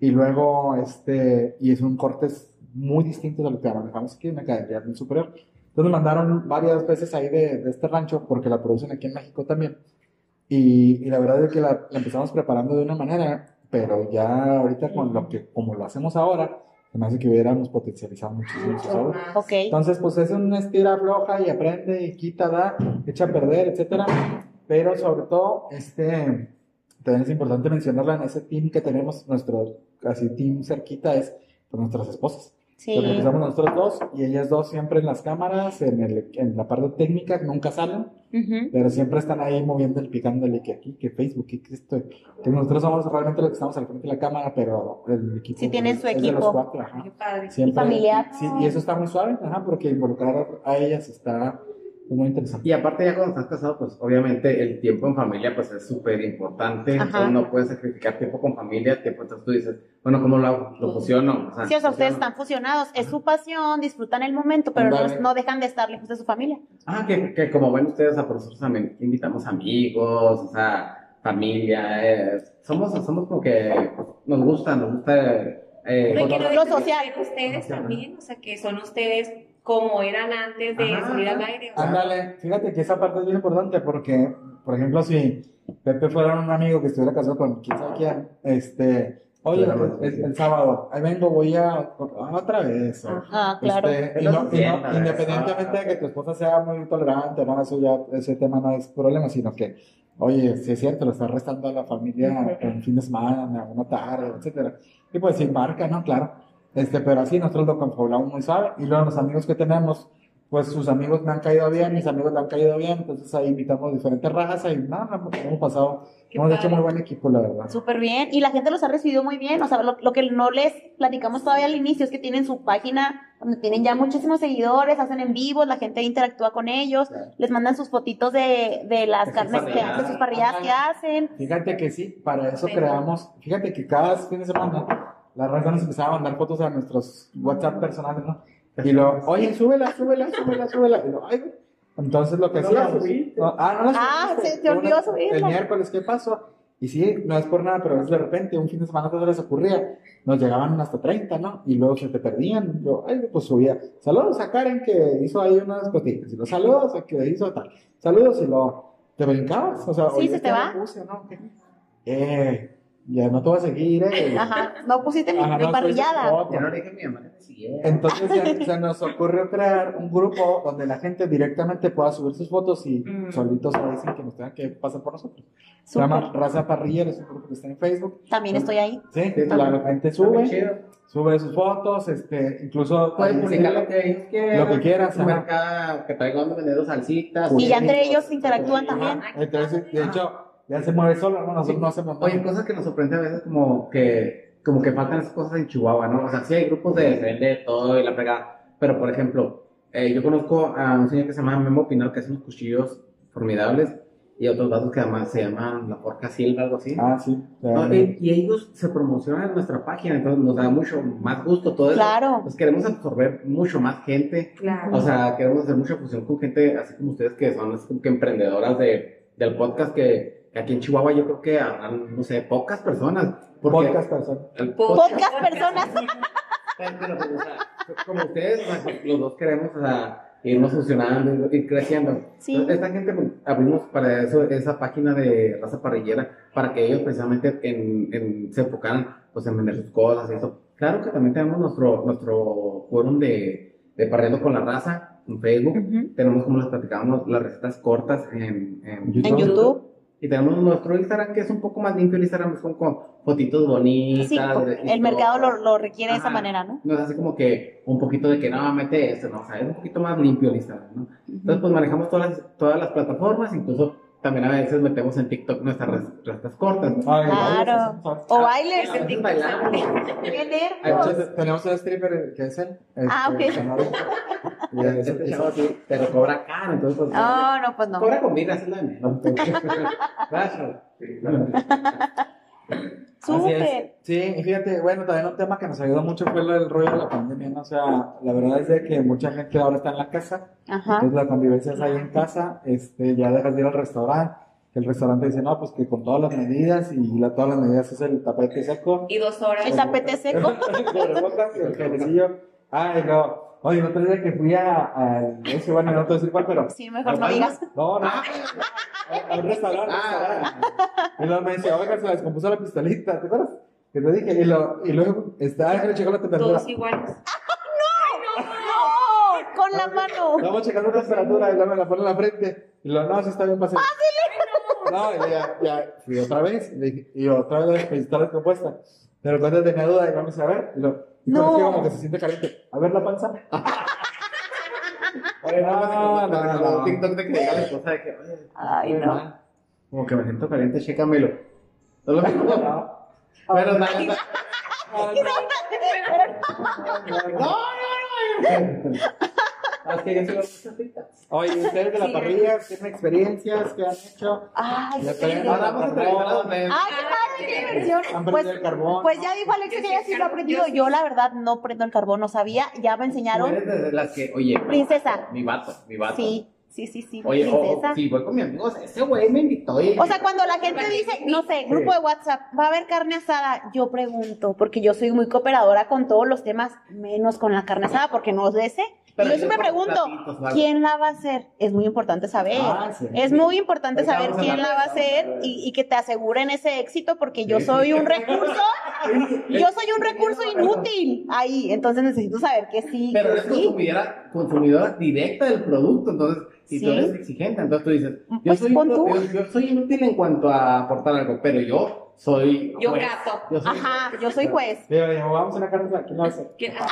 S5: Y luego, este, y es un corte muy distinto de lo que manejamos aquí en la cadena del superior. Entonces, nos mandaron varias veces ahí de, de este rancho porque la producen aquí en México también. Y, y la verdad es que la, la empezamos preparando de una manera, pero ya ahorita con lo que, como lo hacemos ahora, se me hace que hubiéramos potencializado muchísimo su sabor.
S3: Ok,
S5: Entonces, pues es una estira floja y aprende y quita, da, echa a perder, etcétera. Pero sobre todo, este, también es importante mencionarla en ese team que tenemos, nuestro casi team cerquita es pues, nuestras esposas. Porque
S3: sí.
S5: empezamos nosotros dos y ellas dos siempre en las cámaras, en, el, en la parte técnica, nunca salen.
S3: Ujú.
S5: Pero siempre están ahí moviendo el picándole que aquí, que Facebook, que esto. Que nosotros somos realmente los que estamos al frente de la cámara, pero el equipo.
S3: Sí, tienen su
S5: es de los
S3: equipo.
S5: cuatro, ajá.
S4: Qué padre.
S5: Siempre-
S3: Y familiar.
S5: Sí, y eso está muy suave, ajá, porque involucrar a ellas está pues, muy interesante.
S6: Y aparte ya cuando estás casado, pues obviamente el tiempo en familia pues es súper importante,
S3: Ajá.
S6: entonces no puedes sacrificar tiempo con familia, tiempo entonces tú dices, bueno, ¿cómo lo hago? Lo fusiono. O sea,
S3: Sí, o sea, ustedes
S6: fusiono.
S3: están fusionados, es su pasión, disfrutan el momento, pero no,
S5: Ándale.
S3: no dejan de estar lejos de su familia.
S6: Ah, que, que como ven ustedes, o sea, por nosotros también invitamos amigos, o sea, familia, eh, somos, somos como que nos gusta, nos gusta... eh,
S4: Pero que
S6: cotorrear.
S3: Lo
S4: lo
S3: social.
S4: social. Ustedes también, o sea, que son ustedes como eran antes de
S6: Ajá,
S4: salir al
S6: ajá.
S4: aire. o sea,
S5: Ándale, fíjate que esa parte es bien importante porque, por ejemplo, si Pepe fuera un amigo que estuviera casado con quién sabe quién, este, oye,
S6: Claro.
S5: es- el sábado, ahí vengo, voy a ah, otra vez. o-
S3: Ah, claro.
S5: Este, y
S6: Entonces,
S5: no- y no-
S6: bien, la
S5: independientemente
S6: verdad.
S5: de que tu esposa sea muy tolerante, no, eso ya, ese tema no es problema, sino que, oye, si es cierto, lo está restando a la familia un fin de semana, una tarde, etcétera. Y pues sí, marca, ¿no? Claro. Este, pero así nosotros lo confabulamos muy suave. Y luego los amigos que tenemos, pues sus amigos me han caído bien, mis amigos le han caído bien, entonces ahí invitamos diferentes razas y nada, hemos pasado,
S4: qué
S5: hemos hecho
S4: padre.
S5: muy buen equipo, la verdad.
S3: Súper bien, y la gente los ha recibido muy bien, o sea, lo, lo que no les platicamos todavía al inicio es que tienen su página donde tienen ya muchísimos seguidores, hacen en vivos, la gente interactúa con ellos,
S5: Claro.
S3: les mandan sus fotitos de, de las
S6: De sus
S3: carnes que
S6: parrilladas.
S3: hacen, sus parrilladas que hacen.
S5: Fíjate que sí, para eso
S4: Sí.
S5: creamos, fíjate que cada fin de semana la raza nos empezaba a mandar fotos a nuestros WhatsApp personales, ¿no? Y lo, oye, súbela, súbela, súbela, súbela. Y lo, "Ay, güey". entonces lo que
S6: No la
S5: hacíamos-
S6: subí.
S5: No, ah, no la
S3: Ah,
S5: subiste.
S3: se te olvidó
S5: Una-
S3: subirla.
S5: El miércoles, ¿qué pasó? Y sí, no es por nada, pero es de repente, un fin de semana todo les ocurría. Nos llegaban hasta 30, ¿no? Y luego se te perdían. Yo, ay, pues subía. Saludos a Karen que hizo ahí unas cotillas. Y los saludos a que hizo tal. Saludos y lo. ¿Te brincabas? O sea,
S3: Sí,
S5: oye,
S3: se
S5: es
S3: te
S5: que
S3: va.
S5: lo puse, ¿no? Que- Eh, ya no te voy a seguir, eh.
S3: Ajá, no pusiste mi,
S5: Ajá,
S3: mi
S5: no, soy
S3: parrillada.
S5: otra.
S6: Ya no le dije a mi mamá que me siguiera.
S5: Entonces se, se nos ocurrió crear un grupo donde la gente directamente pueda subir sus fotos y
S4: Mm.
S5: solitos me dicen que nos tengan que pasar por nosotros. Se
S3: Súper.
S5: llama Raza Parrillera, es un grupo que está en Facebook.
S3: También estoy ahí.
S5: Sí,
S6: Sí,
S5: la, la gente
S6: Está muy
S5: sube,
S6: chido.
S5: sube sus fotos, este, incluso
S6: Puedes
S5: ahí
S6: publicar
S5: se-
S6: lo que ellos quieran.
S5: Lo que quieras,
S6: Comer
S5: ajá.
S6: cada- que traigan vendiendo salsitas.
S3: Y ya entre
S6: puleritos,
S3: ellos interactúan
S6: ajá.
S3: también.
S4: Ay, qué
S5: Entonces, de
S4: padre.
S5: hecho, ya se mueve solo, ¿no? nosotros no hacemos nada.
S6: Oye, pues, cosas que nos sorprende a veces como que, como que faltan esas cosas en Chihuahua, ¿no? O sea, sí hay grupos de se vende todo y la pegada, pero por ejemplo, eh, yo conozco a un señor que se llama Memo Pinar que hace unos cuchillos formidables y otros vasos que además se llaman la porca silva, algo así.
S5: Ah, sí. ya,
S6: No, y, y ellos se promocionan en nuestra página, entonces nos da mucho más gusto todo eso.
S3: Claro.
S6: Pues queremos absorber mucho más gente.
S4: Claro.
S6: O sea, queremos hacer mucha fusión con gente así como ustedes que son así como que emprendedoras de, del podcast que, que aquí en Chihuahua yo creo que habrán, no sé, pocas personas. Porque
S5: Podcast persona.
S6: el podcast,
S3: Podcast personas.
S6: pero, o sea, como ustedes, o sea, los dos queremos, o sea, irnos funcionando, ir creciendo.
S3: Sí.
S6: Entonces, Esta gente pues, abrimos para eso esa página de raza parrillera para que ellos precisamente en, en- se enfocaran pues, en vender sus cosas y eso. Claro que también tenemos nuestro, nuestro forum de, de parrillero con la raza en Facebook.
S1: Ujú.
S6: Tenemos, como les platicábamos, las recetas cortas en, en
S5: En
S3: En YouTube,
S6: Y tenemos nuestro Instagram que es un poco más limpio. El Instagram son con fotitos bonitas.
S3: sí,
S6: de-
S3: el mercado lo, lo requiere de esa
S6: Ajá.
S3: manera, ¿no?
S6: No es así como que un poquito de que no, mete esto, ¿no? O sea, es un poquito más limpio el Instagram, ¿no? Entonces, pues manejamos todas las, todas las plataformas, incluso también a veces metemos en TikTok nuestras res- recetas cortas. ¿no?
S5: Ay,
S3: Claro.
S5: vale,
S3: O
S6: A
S3: bailes.
S6: veces bailamos.
S3: ¡Qué
S5: Ay,
S6: pues.
S3: nervios!
S5: Ah, entonces, Tenemos un stripper que es él.
S3: Ah,
S5: este,
S3: ok.
S5: Sonoro. Y es-
S6: Este chavo sí, pero cobra caro, entonces pues,
S3: No, no, pues no.
S6: cobra con vida, es lo de menos. Claro.
S5: Así es.
S3: Súper.
S5: Sí, y fíjate, bueno, también un tema que nos ayudó mucho fue el rollo de la pandemia, ¿no? O sea, la verdad es de que mucha gente ahora está en la casa,
S3: Ajá.
S5: entonces la convivencia es ahí en casa, este, ya dejas de ir al restaurante, que el restaurante dice, no, pues que con todas las medidas, y la, todas las medidas es el tapete seco,
S4: Y dos horas.
S3: El tapete seco.
S5: el cubrebocas, el gelecillo, ay, no, oye, el otro día que fui a, al- ese, bueno, no te voy a decir cuál, pero,
S3: Sí, mejor no digas.
S5: no, no, a- a un restaurante, restaurante.
S6: Ah,
S5: Y luego me decía, oiga, se la descompuso la pistolita, ¿te acuerdas? Que te dije, y, lo, y luego está, déjale checar la temperatura.
S4: Todos iguales.
S3: ¡No! Con la mano.
S5: Vamos checando la temperatura y luego me la pone en la frente. Y lo, no, sí está bien pasado. No, y ya, ya, fui otra vez, le dije, y otra vez la pistola descompuesta. Pero cuando tenía duda, y vamos a ver, y lo, y
S3: No.
S5: no. como que se siente caliente. A ver la panza.
S6: Oye, no,
S5: No, no,
S6: no, no,
S5: Ah, no.
S6: TikTok de que llega la esposa de que, oye,
S3: Ay,
S6: estoy
S3: no.
S6: mal. Como que me siento caliente, chécamelo. No lo mismo.
S5: No.
S6: Pero nada, nada.
S5: No.
S6: Más que yo se lo puse a TikTok.
S5: Oye, ustedes de la
S4: Sí.
S5: parrilla, ¿tienen experiencias? ¿Qué han hecho?
S3: Ay,
S5: Ya
S3: sí.
S5: traen-
S6: Ahora vamos a entrevistar a Don Ed.
S3: Ay, qué
S4: Ah,
S3: padre, qué diversión.
S5: ¿Han
S3: Pues,
S5: prendido el carbón?
S3: pues ya dijo Alexis
S4: Yo
S3: que
S4: sí,
S3: ella sí lo ha
S4: Carlos,
S3: aprendido.
S4: yo sí.
S3: Yo, la verdad, no prendo el carbón, no sabía. Ya me
S6: Tú
S3: enseñaron.
S6: eres de las que, oye,
S3: Princesa.
S6: mi vato, mi vato.
S3: Sí, sí, sí, sí.
S6: Oye, o,
S3: princesa.
S6: sí, voy con mi amigo, o sea, ese güey me invitó. oye.
S3: O sea, cuando la gente dice, no sé, grupo de WhatsApp, ¿va a haber carne asada? Yo pregunto, porque yo soy muy cooperadora con todos los temas, menos con la carne asada, porque no sé. ese.
S6: Pero
S3: yo siempre
S6: con
S3: pregunto,
S6: platitos o algo.
S3: ¿quién la va a hacer? Es muy importante saber.
S5: Ah, sí.
S3: Es Eh, muy importante
S6: Ahorita
S3: saber
S6: Pues vamos a
S3: quién la
S6: hablar
S3: va a
S6: de eso,
S3: hacer
S6: vamos a
S3: y, y que te aseguren ese éxito, porque yo
S6: Sí.
S3: soy un recurso, yo soy un recurso inútil ahí, entonces necesito saber que sí.
S6: Pero
S3: que
S6: eres
S3: pues sí.
S6: consumidora, consumidora directa del producto, entonces, si tú
S3: Sí.
S6: eres exigente, entonces tú dices, yo,
S3: Pues
S6: soy,
S3: pon
S6: yo,
S3: tú.
S6: yo soy inútil en cuanto a aportar algo, pero yo soy.
S4: Yo
S6: juez.
S4: grato.
S6: Yo soy-
S3: Ajá, yo soy juez.
S5: Digo, digo, vamos a una carne, ¿quién lo hace?
S4: ¿Quién? Ah,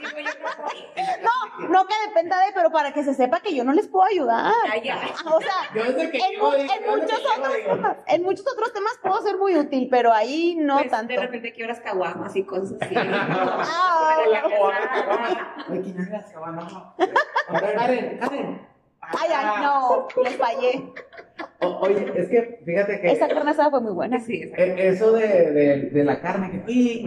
S4: A ver, digo yo no voy.
S3: No que dependa de, pero para que se sepa que yo no les puedo ayudar.
S4: Ay, ya.
S3: Ah, O sea,
S6: Yo desde que
S3: en,
S6: llego,
S3: mu-
S6: digo,
S3: en
S6: yo desde
S3: muchos
S6: que llego, digo,
S3: otros, en muchos otros temas puedo ser muy útil, pero ahí no
S4: Pues,
S3: tanto.
S4: De repente quiebras caguamas y cosas así.
S3: Ah,
S4: Para la
S6: Ay, ¿quién habla? Se va, no. Karen, Karen.
S3: Ay, ay, no, les fallé.
S6: O- oye, es que fíjate que
S3: Esa carne asada fue muy buena.
S4: casada. Sí, exacto.
S6: e- eso de, de, de la carne, que oye,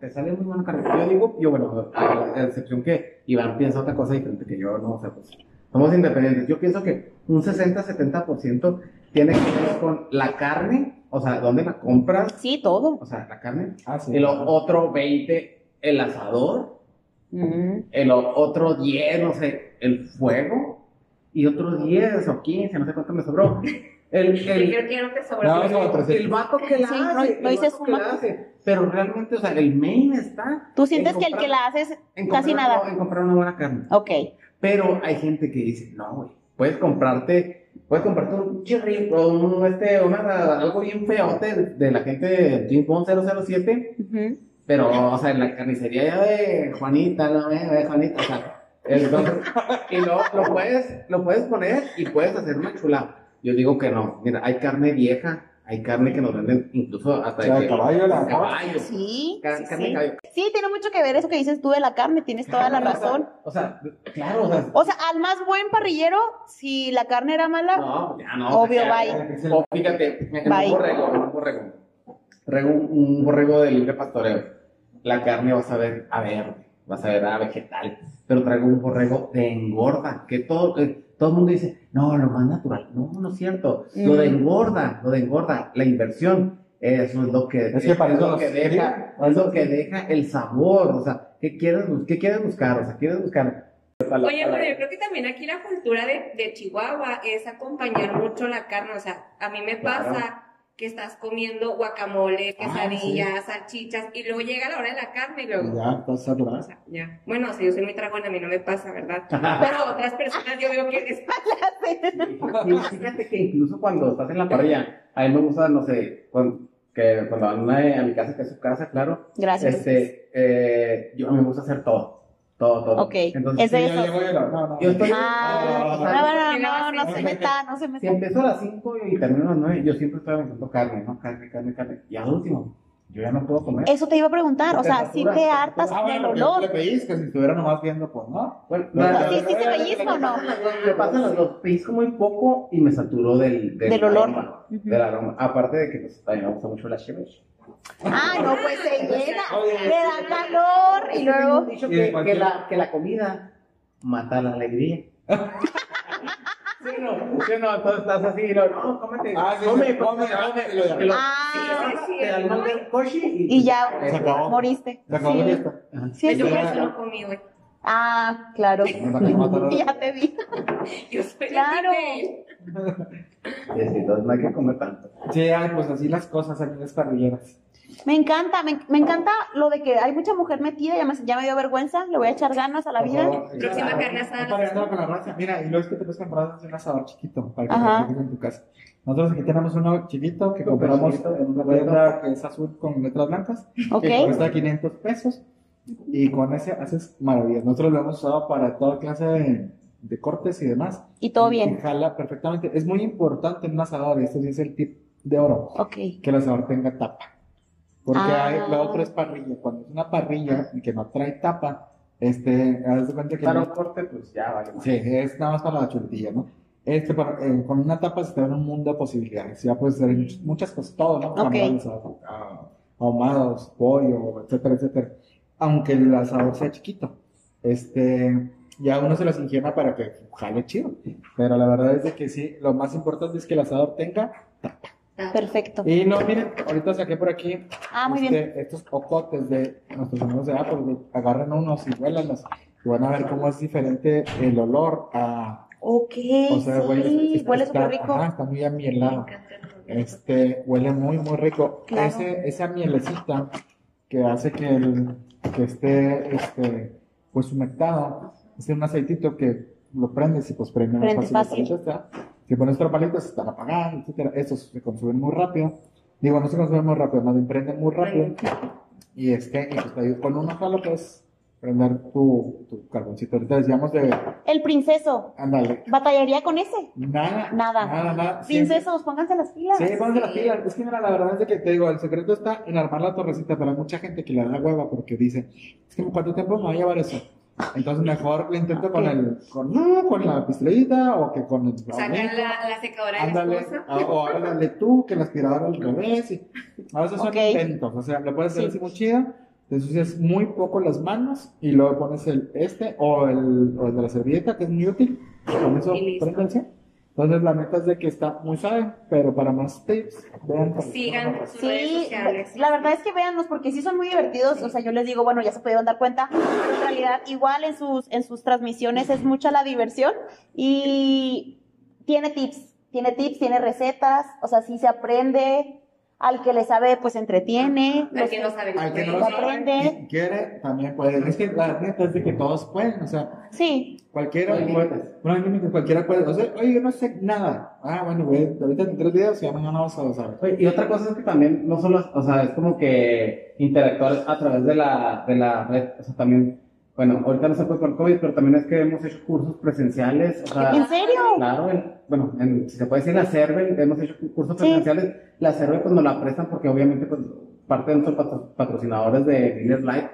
S6: te sale muy buena carne. Yo digo, yo bueno, a la excepción que Iván piensa otra cosa diferente que yo, no, o sea, pues somos independientes. Yo pienso que un 60-70% tiene que ver con la carne, o sea, dónde la compras,
S3: Sí, todo.
S6: o sea, la carne,
S5: Ah, sí.
S6: y lo otro 20, el asador,
S3: Mm.
S6: el o- otro 10, no sé, el fuego, y otro 10 o 15, no sé cuánto me sobró. El,
S4: Yo
S6: el,
S4: creo que ya no te sobró.
S5: No, como tres.
S6: el vato que la
S3: Sí, no-
S6: hace,
S3: no
S6: el
S3: hice
S6: vato que
S3: suma.
S6: la hace. Pero realmente, o sea, el main está
S3: Tú sientes que el
S6: comprar-
S3: que la haces,
S6: en
S3: casi
S6: comprar
S3: nada.
S6: una- en comprar una buena carne.
S3: ok.
S6: Pero hay gente que dice, no, güey, puedes comprarte, puedes comprarte un chirri o un, este, una, algo bien feote de, de la gente de Jim Bond 007.
S3: Ujú.
S6: Pero, o sea, en la carnicería ya de Juanita, no eh, de Juanita, o sea, entonces, y lo, lo puedes, lo puedes poner y puedes hacer una chulada. Yo digo que no, mira, hay carne vieja, hay carne que nos venden incluso hasta
S5: La
S6: de
S5: de
S6: que-
S5: caballo, la-
S6: caballo,
S3: Sí,
S6: ca-
S3: sí,
S6: carne de
S3: sí.
S6: caballo.
S3: Sí, tiene mucho que ver eso que dices tú de la carne, tienes toda la razón.
S6: O sea, claro, o sea,
S3: O sea, al más buen parrillero, si la carne era mala,
S6: no, ya no. o
S3: obvio,
S6: sea,
S3: bye.
S6: O fíjate,
S3: Bye.
S6: un borrego, un borrego. Borrego- un borrego de libre pastoreo. La carne vas a ver a verde, vas a ver a vegetal. Pero traigo un borrego de engorda, que todo, que todo el mundo dice, no, lo más natural. No, no es cierto. Lo de
S3: Mm.
S6: engorda, lo de engorda, la inversión, eso es lo que,
S5: Es que para eso
S6: lo que
S5: los
S6: deja,
S5: crían.
S6: es lo que deja el sabor. O sea, ¿qué quieres, bus- qué quieres buscar? O sea, quieres buscar
S4: Oye, pero yo creo que también aquí la cultura de, de Chihuahua es acompañar mucho la carne. O sea, a mí me
S6: Claro.
S4: pasa que estás comiendo guacamole,
S5: Ah,
S4: quesadillas, salchichas, y luego llega la hora de la carne y luego.
S5: Ya, pasa
S4: O
S5: atrás.
S4: sea, ya. Bueno, o sea, yo soy muy tragona, a mí no me pasa, ¿verdad?
S3: Ah.
S4: Pero a otras personas yo veo que es
S6: Sí, Fíjate que incluso cuando estás en la parrilla, a mí me gusta, no sé, cuando, que cuando van a a mi casa, que es su casa, claro,
S3: Gracias.
S6: este, eh, yo a mí me gusta hacer todo, todo, todo.
S3: Ok,
S6: Entonces,
S3: es de
S5: Sí,
S3: esos.
S5: yo le voy a la- no, no,
S6: Yo estoy-
S3: Ah,
S6: Ah, ah,
S3: no, no, no, no, no se meta, no se
S6: Si
S3: meta.
S6: empiezo a las 5 y termino a las 9, yo siempre estoy aventando carne, ¿no? Carne, carne, carne. Y al último, yo ya no puedo comer.
S3: Eso te iba a preguntar, o sea, si
S6: Temperatura,
S3: te hartas
S5: Ah,
S3: del
S5: bueno, pero le
S3: olor.
S5: pedís que si estuviera nomás viendo, pues no.
S6: Bueno,
S5: No,
S6: la-
S5: sí,
S6: la-
S5: sí,
S6: la-
S3: sí, pellizco,
S6: la-
S3: ¿no?
S6: Me pasan los dos, pellizco muy poco y me saturó del,
S3: Del olor.
S6: aroma,
S3: Ujú.
S6: del aroma. Aparte de que pues, también me gusta mucho la chévere.
S3: Ah, no, pues se llena,
S5: Oye.
S3: le da calor y luego.
S6: Tengo dicho
S5: Y de
S6: que,
S5: cualquier-
S6: que la, que la comida mata la alegría. ¿Sí o no? ¿Sí o no? Entonces estás así y luego, no, cómete,
S5: Ah, sí,
S6: come,
S5: sí,
S6: come,
S5: come,
S6: come,
S5: y lo de-
S6: y lo-
S3: Ah,
S6: te dan un coche
S3: y ya
S5: Se acabó.
S3: moriste.
S5: Se acabó
S3: Sí.
S5: la fiesta.
S3: Sí,
S4: yo
S3: sí.
S4: por eso no comí hoy.
S3: Ah, claro.
S5: Nos acabamos de hablar.
S3: Ya te vi.
S4: Yo soy la
S3: Claro.
S4: que-
S6: Sí, sí, entonces no hay que comer tanto.
S5: Sí, ay, pues así las cosas, aquí las parrilleras.
S3: Me encanta, me, me encanta lo de que hay mucha mujer metida, ya me, ya me dio vergüenza, le voy a echar ganas a la
S5: Por
S3: vida.
S5: favor,
S4: Próxima
S5: exacto.
S4: carne asada.
S5: eh, No parecido con la raza. Mira, y luego es que te puedes comprar un asador chiquito para que
S3: Ajá.
S5: lo tengas en tu casa. Nosotros aquí tenemos uno chiquito que
S6: Súper
S5: compramos
S6: chiquito.
S5: en una tienda que es azul con letras blancas. que
S3: ¿Ok?
S5: cuesta 500 pesos y con ese haces maravillas. Nosotros lo hemos usado para toda clase de, de cortes y demás.
S3: Y todo
S5: Y
S3: bien.
S5: jala perfectamente. Es muy importante en un asador, esto sí es el tip de oro,
S3: Ok.
S5: que el asador tenga tapa. Porque
S3: Ah.
S5: hay- la otra es parrilla. Cuando es una parrilla que no trae tapa, este, haz de cuenta que
S6: Para un
S5: no-
S6: corte, pues ya vale. más.
S5: Sí, es nada más para la chuletilla, ¿no? Este, para- eh, con una tapa se te abre un mundo de posibilidades. Ya puedes hacer much- muchas cosas, todo, ¿no?
S3: Ok.
S5: Tamales, a- a- ahumados, pollo, etcétera, etcétera. Aunque el asador sea chiquito. Este, ya uno se las ingiera para que jale chido. Pero la verdad es de que sí, lo más importante es que el asador tenga.
S3: Perfecto.
S5: Y no, miren, ahorita saqué por aquí
S3: Ah, muy
S5: este,
S3: bien.
S5: estos cocotes de nuestros amigos de Apple. güey. Agarren unos y huélanlos. Y van a ver cómo es diferente el olor a
S3: Ok,
S5: o sea, huele,
S3: sí,
S5: está-
S3: huele
S5: está-
S3: súper rico.
S5: ajá, está muy amielado.
S4: Me encanta el olor.
S5: Este, huele muy, muy rico.
S3: Claro.
S5: Ese, esa mielecita que hace que, el, que esté este, pues humectado, es un aceitito que lo prendes y pues prende más
S3: Prende
S5: fácil.
S3: fácil.
S5: la paleta, ¿está? Si pones otra paleta, se están apagando, etcétera. Estos se consumen muy rápido. Digo, no se consumen muy rápido, más bien prenden muy rápido. Y este, y pues te ayuda- con una jala puedes prender tu, tu carboncito. Ahorita decíamos de,
S3: El princeso,
S5: ándale,
S3: ¿batallaría con ese?
S5: Nada.
S3: Nada.
S5: Nada, nada.
S3: Princesos, pónganse las pilas.
S5: Sí, pónganse las pilas. Es que mira, la verdad es de que te digo, el secreto está en armar la torrecita, pero hay mucha gente que le da hueva porque dice, es que cuánto tiempo me va a llevar eso. Entonces mejor le intento con el, con, no, con la pistolita o que con el
S4: Sacar la, la secadora de la
S5: Ándale,
S4: esposa.
S5: a- o ándale tú, que la aspiradora al revés. y- A veces son
S3: Ok.
S5: inventos, o sea, lo puedes hacer
S3: Sí.
S5: así muy chido, te ensucias muy poco las manos y luego pones el este o el, o el de la servilleta, que es muy útil. Con eso
S4: Y listo.
S5: préndanse. Entonces, la neta es de que está muy suave, pero para más tips, vean. por-
S4: Sigan sus redes
S3: Sí,
S4: sociales.
S3: la verdad es que véanlos porque sí son muy divertidos, o sea, yo les digo, bueno, ya se pudieron dar cuenta, pero en realidad igual en sus en sus transmisiones es mucha la diversión y tiene tips, tiene tips, tiene recetas, o sea, sí se aprende, al que le sabe pues entretiene,
S4: Al que no sabe
S5: Al que no lo
S4: puede.
S5: sabe
S3: Aprende.
S5: y quiere, también puede. Es que la neta es de que todos pueden, o sea,
S3: sí,
S5: Cualquiera,
S6: No hay
S5: puede-
S6: límites.
S5: no hay límites, cualquiera puede. O sea, oye, yo no sé nada. Ah, bueno, güey, ahorita en tres videos y ya mañana vas a saber.
S6: Oye, Y otra cosa es que también, no solo, es- o sea, es como que interactuar a través de la, de la red, o sea, también, bueno, ahorita no se puede por COVID, pero también es que hemos hecho cursos presenciales, o sea,
S3: ¿en serio?
S6: Claro, en- bueno, en- si se puede decir la CERVEL, hemos hecho cu- cursos
S3: Sí.
S6: presenciales, la CERVEL pues nos la prestan porque obviamente pues parte de nuestros patro- patrocinadores de Miller Light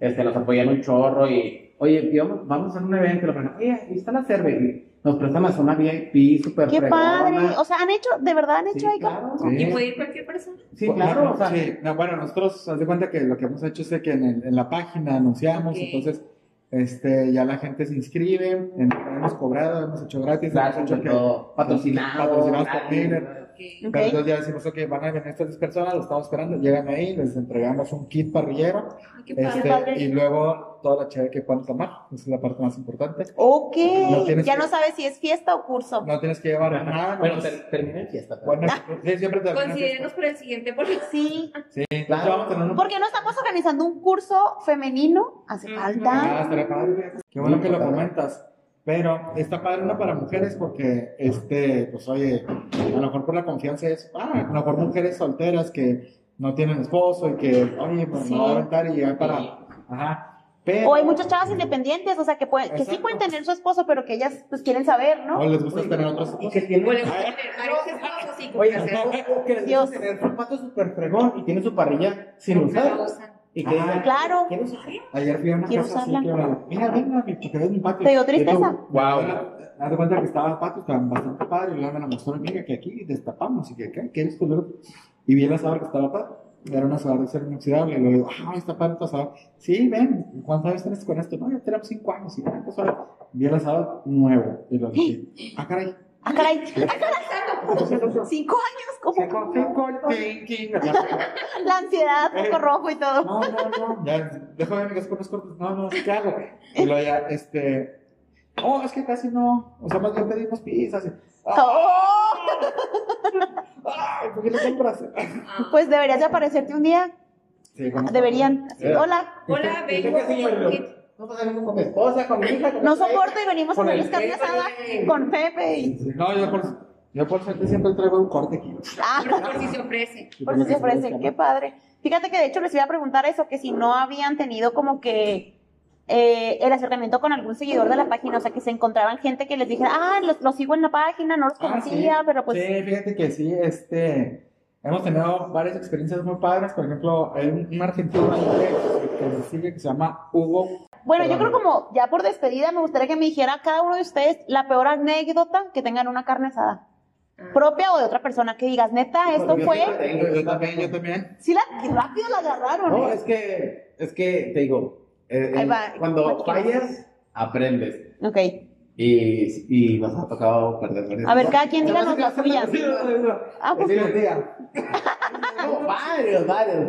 S6: este, nos apoyan un chorro y, oye, y vamos, vamos a hacer un evento, y lo prestan, oye, ahí está la CERVEL, y nos prestan la zona VIP, súper
S3: Qué
S6: fregona.
S3: padre, o sea, han hecho, de verdad han
S6: Sí,
S3: hecho ahí como-
S6: claro,
S5: Sí.
S4: Y puede ir cualquier persona.
S6: sí, claro, o sea,
S5: Sí, no, bueno, nosotros, haz de cuenta que lo que hemos hecho es de que en, el- en la página anunciamos,
S4: Ok.
S5: entonces este, ya la gente se inscribe, en- hemos cobrado, hemos hecho gratis,
S6: gracias,
S5: hemos hecho
S6: sobre todo, patrocinados,
S5: patrocinados por
S6: gratis,
S5: Miller.
S4: Ok.
S3: Ok.
S5: Pero entonces ya decimos, ok, van a venir estas 10 personas, los estamos esperando, llegan ahí, les entregamos un kit parrillero
S4: Ay, qué padre.
S5: este,
S3: padre.
S5: y luego toda la chévere que puedan tomar, esa es la parte más importante.
S3: Ok,
S5: No tienes
S3: ya
S5: que-
S3: no sabes si es fiesta o curso.
S5: No tienes que llevar nada.
S6: Bueno,
S5: nomás-
S6: ter- termina en fiesta. pero-
S5: bueno, sí, siempre te
S4: Considérenos para el siguiente, por favor.
S3: Sí,
S5: Sí, entonces vamos a tener un...
S3: ¿por qué no estamos organizando un curso femenino? Hace
S4: Ujú.
S5: Ah,
S3: falta.
S5: estaría padre. Qué bueno que lo comentas. Pero está padre una para mujeres porque, este, pues oye, a lo mejor por la confianza es, ah, a lo mejor mujeres solteras que no tienen esposo y que, oye, pues
S3: Sí.
S5: no va a aventar y ya para, ajá. Pero,
S3: O hay muchas chavas independientes, o sea, que, pueden, que sí
S5: Exacto.
S3: pueden tener su esposo, pero que ellas pues quieren saber,
S5: o
S3: ¿no?
S5: les gusta tener otros.
S6: Y que tiene-
S4: Bueno, varios esposos y con
S6: Oye,
S4: que hacer-
S6: o- o que les
S3: Dios.
S6: gusta tener un pato súper fregón y tiene su parrilla sin
S4: no
S6: usar.
S4: la usan.
S6: Y
S5: Ah,
S6: que
S3: Claro.
S6: ¿Quieres usarla?
S5: Ayer fui a una
S3: Quiero
S5: casa así
S3: usarla.
S5: que me- mira, venga, mi- porque ves mi patio.
S3: ¿Te dio tristeza?
S5: Wow. Haz de cuenta que estaba el patio, estaba bastante padre, y luego me la mostró, mira, que aquí destapamos, y que acá, que eres color. Y vi el asador que estaba padre, era un asador de acero inoxidable, y le digo, ah, está padre tu asador. Sí, ven, ¿cuántos años tienes con esto? No, ya tenemos cinco años, y tanto asador. Vi el asador nuevo, y lo dije, ah, caray.
S3: Ah, caray. Cinco años, como
S5: Cinco, cinco, thinking. Ya,
S3: la ansiedad, poco rojo y todo.
S5: No, no, no, ya, dejo de amigas con los cortes, no, no, ¿qué hago? Y luego ya, este, oh, es que casi no, o sea, más bien pedimos pizzas, y, ah,
S3: ¡Oh!
S5: ah, ¿por qué no compras?
S4: Ah.
S3: Pues deberías de aparecerte un día.
S5: Sí, como-
S3: Deberían.
S5: Sí.
S3: Hola,
S4: Hola,
S5: Este,
S6: ¿Qué- qué-
S4: vengo
S6: qué-
S4: con-
S6: qué-
S4: ¿qué-
S6: No pasa nada con mi esposa, con mi hija. con mi
S3: no
S6: pareja,
S3: soporto y venimos a
S6: con
S3: hacerles
S6: el
S3: carne
S6: jefe,
S3: asada
S6: eh.
S3: con Pepe. y-
S5: No, yo por, yo por suerte siempre traigo un corte aquí.
S3: Ah,
S4: Por si se ofrece.
S3: por si se ofrecen, qué padre. Fíjate que de hecho les iba a preguntar eso, que si no habían tenido como que eh, el acercamiento con algún seguidor de la página, o sea, que se encontraban gente que les dijera, ah, los, los sigo en la página, no los
S5: Ah,
S3: conocía, pero pues...
S5: Sí, fíjate que sí, este, hemos tenido varias experiencias muy padres, por ejemplo, hay un, un argentino ahí que, que se sigue que se llama Hugo.
S3: Bueno, yo
S5: Perdón.
S3: creo como ya por despedida me gustaría que me dijera cada uno de ustedes la peor anécdota que tengan una carne asada. Propia o de otra persona que digas, neta, esto
S6: Yo
S3: fue...
S6: siempre tengo,
S5: Yo también, yo también.
S3: Sí, la, rápido la agarraron.
S6: No,
S3: ¿eh?
S6: es que, es que te digo, eh,
S3: Ahí
S6: eh,
S3: va.
S6: cuando
S3: ¿Cuál
S6: fallas, aprendes.
S3: Ok.
S6: Y, y nos ha tocado perder varias
S3: A ver,
S6: veces.
S3: cada quien díganos la suya. Ah, pues,
S5: Sí, un día,
S6: No, varios, varios.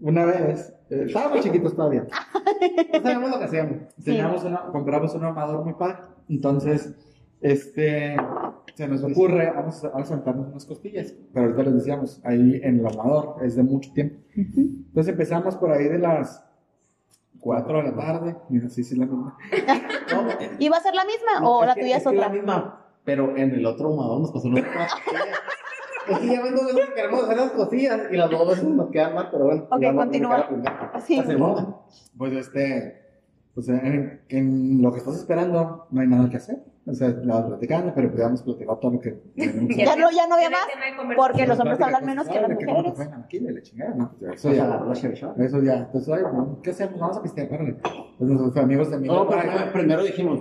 S5: una vez, eh, estábamos chiquitos todavía. Pues
S6: No sabemos lo que hacíamos.
S5: Teníamos una- compramos un amador muy padre. Entonces, este, se nos ocurre, vamos a, a saltarnos unas costillas. Pero ahorita les decíamos, ahí en el amador, es de mucho tiempo. Entonces empezamos por ahí de las 4 de la tarde. Mira, sí, sí, la misma.
S6: No, eh,
S3: ¿Iba a ser la misma
S6: no,
S3: o la
S6: que-
S3: tuya es,
S6: que
S3: otra?
S6: la misma, pero en el otro humador nos pasó lo mismo. Es que ya ven dos veces que queremos hacer las cosillas y las dos veces nos quedan mal, pero bueno.
S3: Ok,
S6: ya vamos a
S3: continúa.
S6: aplicar la primera.
S3: Sí.
S6: La segunda.
S5: Pues este, pues en, en lo que estás esperando, no hay nada que hacer. O sea, la platicando, pero podíamos platicar todo lo que tenemos que
S3: Ya no, ya no había
S4: Tiene
S3: más
S4: tema de conversación.
S3: porque los hombres hablan menos que las
S5: De cómo te
S3: mujeres.
S5: fue en Aquila y la chingada, ¿no? Eso
S6: O sea,
S5: ya.
S6: la Russia Shore.
S5: Eso ya, entonces, ay, bueno, ¿qué hacemos? Vamos a pistear, órale. Pues nuestros amigos de mi
S6: No,
S5: papá,
S6: pero primero- primero dijimos,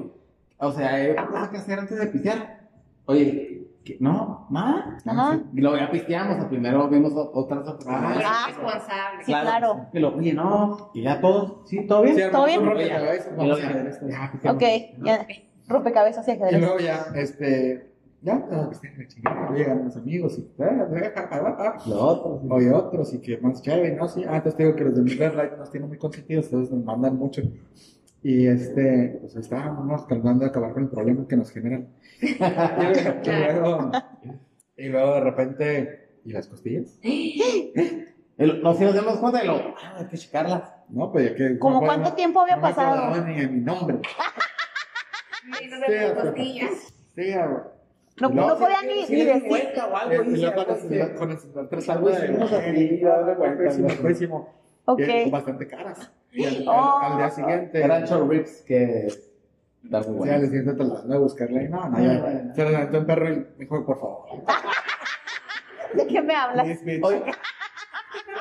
S6: o sea, eh, hay otra cosa que hacer antes de pistear. Oye, ¿qué? no, ma.
S3: Ajá.
S6: Y luego ya pisteamos, o primero vimos o- otras oportunidades.
S3: Ah,
S4: Responsable.
S3: sí, claro.
S6: Y luego, oye, no, y ya todos, sí, todo bien.
S5: Sí, hermano,
S3: ¿todo bien?
S5: un rompecabezas,
S6: Y
S5: vamos
S6: luego
S5: a
S6: ya,
S5: ver esto.
S6: ya pisteamos.
S3: Ok, ya. Rompecabezas y
S5: Y
S3: ajedrez.
S5: luego ya, este, ya, vamos a pistear, la chingada, llegan los amigos y, ah, ah, ah, ah,
S6: Lo otro, sí.
S5: oye, otros y que más chévere, ¿no? Sí, ah, entonces te digo que los de Miller Light nos tienen muy consentidos, entonces nos mandan mucho. Y este, pues estábamos tratando de acabar con el problema que nos generan. y, luego, y luego de repente, ¿y las costillas?
S6: El- no sé, nos damos cuenta y lo, ah, hay que checarla.
S5: No, pues ya que.
S3: ¿Cómo
S5: no,
S3: cuánto
S5: no,
S3: tiempo había
S5: no me
S3: pasado?
S5: acordaba ni de mi nombre.
S4: Menos de las
S5: Sí,
S4: costillas.
S5: Sí, a-
S3: No,
S5: No,
S3: no
S5: sí,
S3: podían ni, ni decir.
S6: o
S5: eh, y
S6: hice,
S5: yo con
S6: algo
S5: el
S6: así. Pues
S5: celular- con el celular
S6: Algo
S5: tratando de-
S6: hicimos así,
S5: Sí, dale,
S6: cuenta,
S5: Pésimo,
S6: ¿no?
S5: pésimo. Eh,
S3: Ok.
S5: Bastante caras. Y al,
S3: Oh.
S5: al- al día siguiente.
S6: Eran short ribs que. Está muy
S5: Sí, al
S6: bueno.
S5: día siguiente tratando de buscarla y no, no, ya. Se levantó el perro y me dijo, por favor.
S3: ¿De qué me hablas?
S5: please, bitch.
S6: Oye,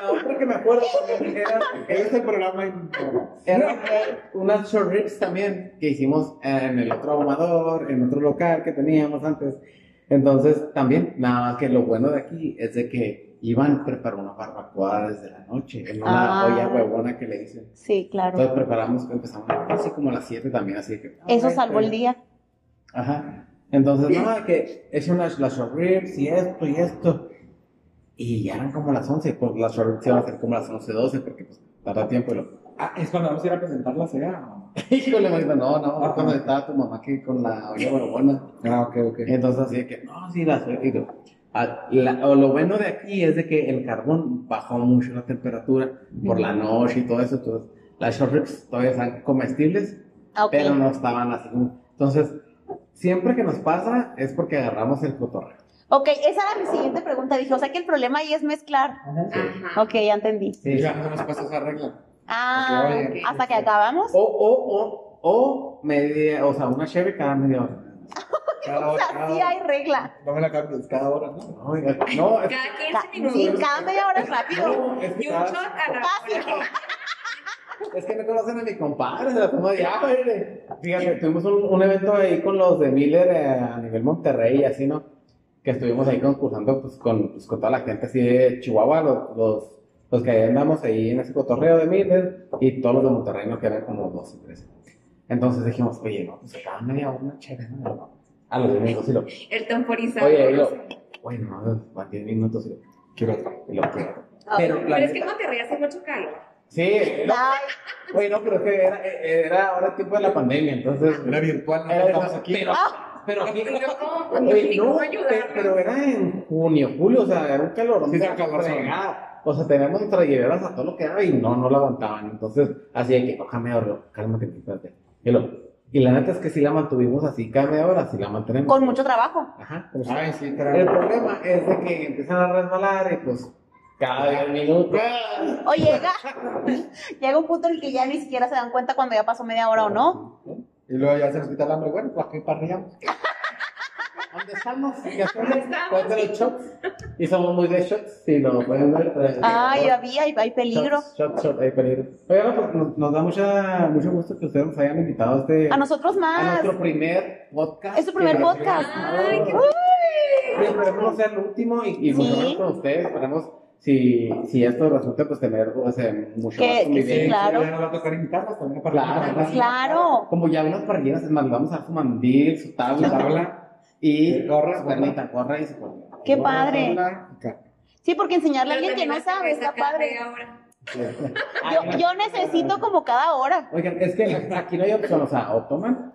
S6: la otra que me acuerdo porque era,
S5: Es el Este programa en.
S6: era unas short ribs también que hicimos eh, en el otro ahumador, en otro local que teníamos antes. Entonces, también, nada más que lo bueno de aquí es de que iban a preparar una barbacoa desde la noche en una
S3: Ah.
S6: olla huevona que le dicen.
S3: Sí, claro.
S6: Entonces preparamos, empezamos así como a las 7 también, así que...
S3: Eso salvó el día.
S6: Ajá. Entonces, no, que es unas las short ribs y esto y esto. Y ya eran como las 11, porque las short ribs se van a hacer como las 11, 12, porque pues tarda tiempo. y lo-
S5: Ah, es cuando vamos a ir a presentar la cera.
S6: Híjole, Marita, no, no,
S5: Ajá.
S6: cuando estaba tu mamá que con la olla borobona.
S5: Ah, ok, ok.
S6: Entonces, así de que, no, sí, las y digo, a- la- o lo bueno de aquí es de que el carbón bajó mucho la temperatura por la noche y todo eso. Entonces, las short ribs todavía están comestibles,
S3: Ah, ok.
S6: pero no estaban así como. Entonces, siempre que nos pasa es porque agarramos el cotorreo.
S3: Ok, esa era mi siguiente pregunta. Dije, o sea que el problema ahí es mezclar.
S4: Ajá.
S3: Ok, ya entendí.
S5: Sí, ya no nos pasa esa regla.
S3: Ah,
S5: Ok, oye,
S3: hasta que
S5: este-
S3: acabamos.
S6: O, o, o, o, media, o sea, una cheve cada media hora.
S5: Cada
S3: O
S5: hora,
S3: sea,
S5: cada
S3: sí
S5: hora.
S3: hay regla.
S5: No me la cambies, cada hora, ¿no?
S6: No, oiga, no, es,
S4: Cada 15
S3: Ca-
S4: minutos.
S3: Sí, cada media hora es rápido.
S6: no, es,
S4: Y
S6: que,
S4: un shot a la
S3: Fácil.
S4: hora.
S6: es que no conocen a mi compadre, se la toma de agua, mire. Fíjate, tuvimos un, un evento ahí con los de Miller eh, a nivel Monterrey y así, ¿no? Que estuvimos ahí concursando pues, con, pues, con toda la gente así de Chihuahua, los, los, los que andamos ahí en ese cotorreo de Miller y todos los de Monterrey, ¿no? Que eran como dos o tres. Entonces dijimos, oye, no, pues cada media hora una chévere, ¿no? A los domingos y lo,
S4: El temporizador.
S6: oye, y
S4: no
S6: lo,
S4: sé.
S6: bueno, va 10 minutos y lo,
S5: Quiero otra.
S6: y lo quiero.
S4: Ah, Pero es que en Monterrey hace mucho calor.
S6: Sí, no,
S3: Ay,
S6: Oye, no, pero es que era, era ahora el tiempo de la pandemia, entonces.
S5: Era virtual, no
S6: Era-
S5: estamos aquí.
S6: Pero, pero aquí.
S4: Y yo como
S6: Oye,
S4: pandémico,
S6: no,
S4: ¿cómo ayudar?
S6: pe- pero era en junio, julio, o sea, era un calor.
S5: Sí, era calor,
S6: O sea, teníamos nuestras hieleras a todo lo que era y no, no la aguantaban. Entonces, así de que, ojalá media hora, cálmate, espérate. Y, lo- y la neta es que sí la mantuvimos así cada media hora, sí la mantenemos.
S3: con mucho trabajo.
S6: Ajá, con mucho-
S5: Ay, sí,
S6: El
S5: claro.
S6: problema es de que empiezan a resbalar y pues cada
S5: Ah.
S6: 10 minutos.
S3: O llega, llega un punto en el que ya ni siquiera se dan cuenta cuando ya pasó media hora o no.
S5: Y luego ya se nos quita el hambre. Bueno, pues aquí parrillamos.
S6: ¿Dónde estamos? ¿Qué hacemos?
S4: ¿Dónde estamos?
S6: ¿Cuál de los shots? Y somos muy de shots, si lo pueden ver. eh,
S3: Ay, había, hay, hay peligro.
S6: Shots, shots, shots, hay peligro. Oye, no, pues nos, nos da mucha, mucho gusto que ustedes nos hayan invitado a este.
S3: A nosotros
S6: a
S3: más.
S6: nuestro primer podcast.
S3: Es su primer
S6: Que-
S3: podcast.
S4: Ay, qué-
S6: Y esperemos ser el último y,
S3: Sí.
S6: y nosotros con ustedes. Esperemos, si, si esto resulta, pues tener o sea, mucho
S3: Que-
S6: más
S3: que
S6: convivencia.
S3: sí, claro.
S5: Ya nos va a tocar invitarlos también a
S6: Claro,
S5: parrillar.
S3: Claro.
S6: Como ya unas parrillas, les mandamos a su mandil, su tabla,
S5: Su tabla.
S6: y
S5: Y gorra,
S6: su carnita, gorra y su comida.
S3: Qué
S5: Vamos a
S3: padre.
S5: hablar acá.
S3: Sí, porque enseñarle a alguien que
S4: Pero
S3: no
S4: también
S3: sabe
S4: hace
S3: está
S4: cada
S3: padre.
S4: media hora.
S3: Yo, yo necesito como cada hora.
S6: Oigan, es que aquí no hay opción, o sea, o toman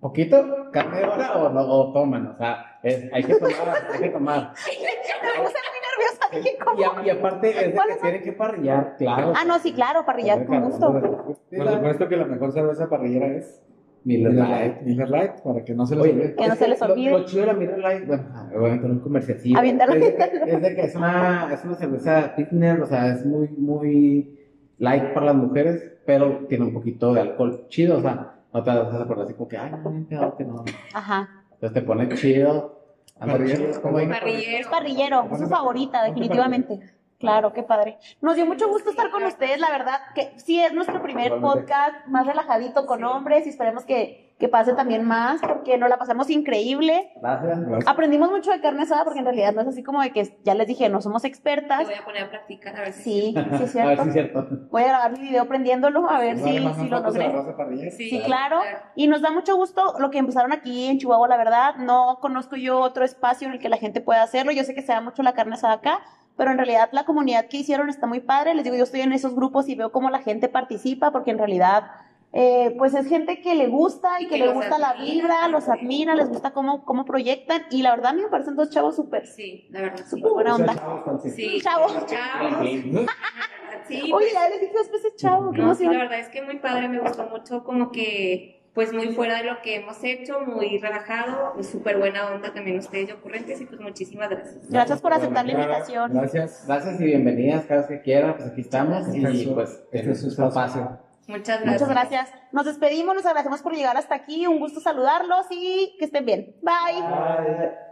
S6: poquito, carne de hora, o, no, o toman, o sea, es- hay que tomar, hay que tomar.
S3: Me puse muy nerviosa. dije, ¿cómo?
S6: Y, a- y aparte es de
S3: ¿Cuáles
S6: que tienen que parrillar, claro.
S3: Ah, no, sí, claro, parrillar con gusto.
S5: Por supuesto que la mejor cerveza parrillera es
S6: Miller Lite.
S5: Miller Lite, para que no se les
S6: Oye,
S5: olvide.
S3: Que no
S6: es
S3: se les
S6: lo-
S3: olvide.
S6: Lo, chido de la Miller Lite, bueno, ah, voy a meter un comercialcillo.
S3: Aviéntalo,
S6: es, de que-
S3: aviéntalo.
S6: es de que es una, es una cerveza Pilsner, o sea, es muy, muy light para las mujeres, pero tiene un poquito de alcohol chido, o sea, no te vas a acordar así como que, ay, no, bien pegado que no.
S3: Ajá.
S6: Entonces te pone chido. anda
S5: Parrillero.
S6: chido, como-
S4: Parrillero.
S3: Es parrillero, es su favorita, definitivamente. Claro, qué padre. Nos dio mucho gusto estar con ustedes, la verdad, que sí es nuestro primer
S6: Igualmente.
S3: podcast más relajadito con
S4: Sí.
S3: hombres y esperemos que, que pase también más porque nos la pasamos increíble.
S6: Gracias.
S5: Gracias.
S3: Aprendimos mucho de carne asada porque en realidad no es así como de que ya les dije, no somos
S4: Te
S3: expertas.
S4: voy a poner a practicar a ver si.
S3: Sí, sí es
S6: A ver
S3: cierto.
S6: si es cierto.
S3: Voy a grabar mi video prendiéndolo a ver
S5: Nos
S3: si,
S5: vale más
S3: si lo
S5: nosotros a la
S3: logré.
S5: raza parrillera.
S4: Sí,
S3: Sí, claro.
S4: claro.
S3: Y nos da mucho gusto lo que empezaron aquí en Chihuahua, la verdad. No conozco yo otro espacio en el que la gente pueda hacerlo. Yo sé que se da mucho la carne asada acá, pero en realidad la comunidad que hicieron está muy padre. Les digo, yo estoy en esos grupos y veo cómo la gente participa, porque en realidad, eh, pues es gente que le gusta y que,
S4: Que
S3: le
S4: los
S3: gusta la
S4: admira,
S3: vibra, los
S4: sí.
S3: admira, les gusta cómo, cómo proyectan. Y la verdad, a mí me parecen dos chavos súper,
S4: Sí, la verdad sí.
S3: súper buena
S5: Uh, O sea,
S3: onda.
S5: chavos, tan sí.
S4: Sí,
S3: Chavos.
S4: los chavos. Sí,
S3: Oye,
S4: pues,
S3: ya les dije dos veces chavo, qué
S4: no, sí,
S3: emoción.
S4: la verdad es que muy padre, me gustó mucho, como que, pues muy fuera de lo que hemos hecho, muy relajado, pues, súper buena onda también ustedes de ocurrentes y pues muchísimas gracias.
S3: Gracias por aceptar la invitación.
S5: Gracias.
S6: Gracias y bienvenidas cada vez que quieran. Pues aquí estamos. Y
S5: Este es su-
S6: pues
S5: este es su espacio.
S4: Muchas gracias.
S3: Muchas gracias. Nos despedimos, nos agradecemos por llegar hasta aquí. Un gusto saludarlos y que estén bien. Bye.
S5: Bye.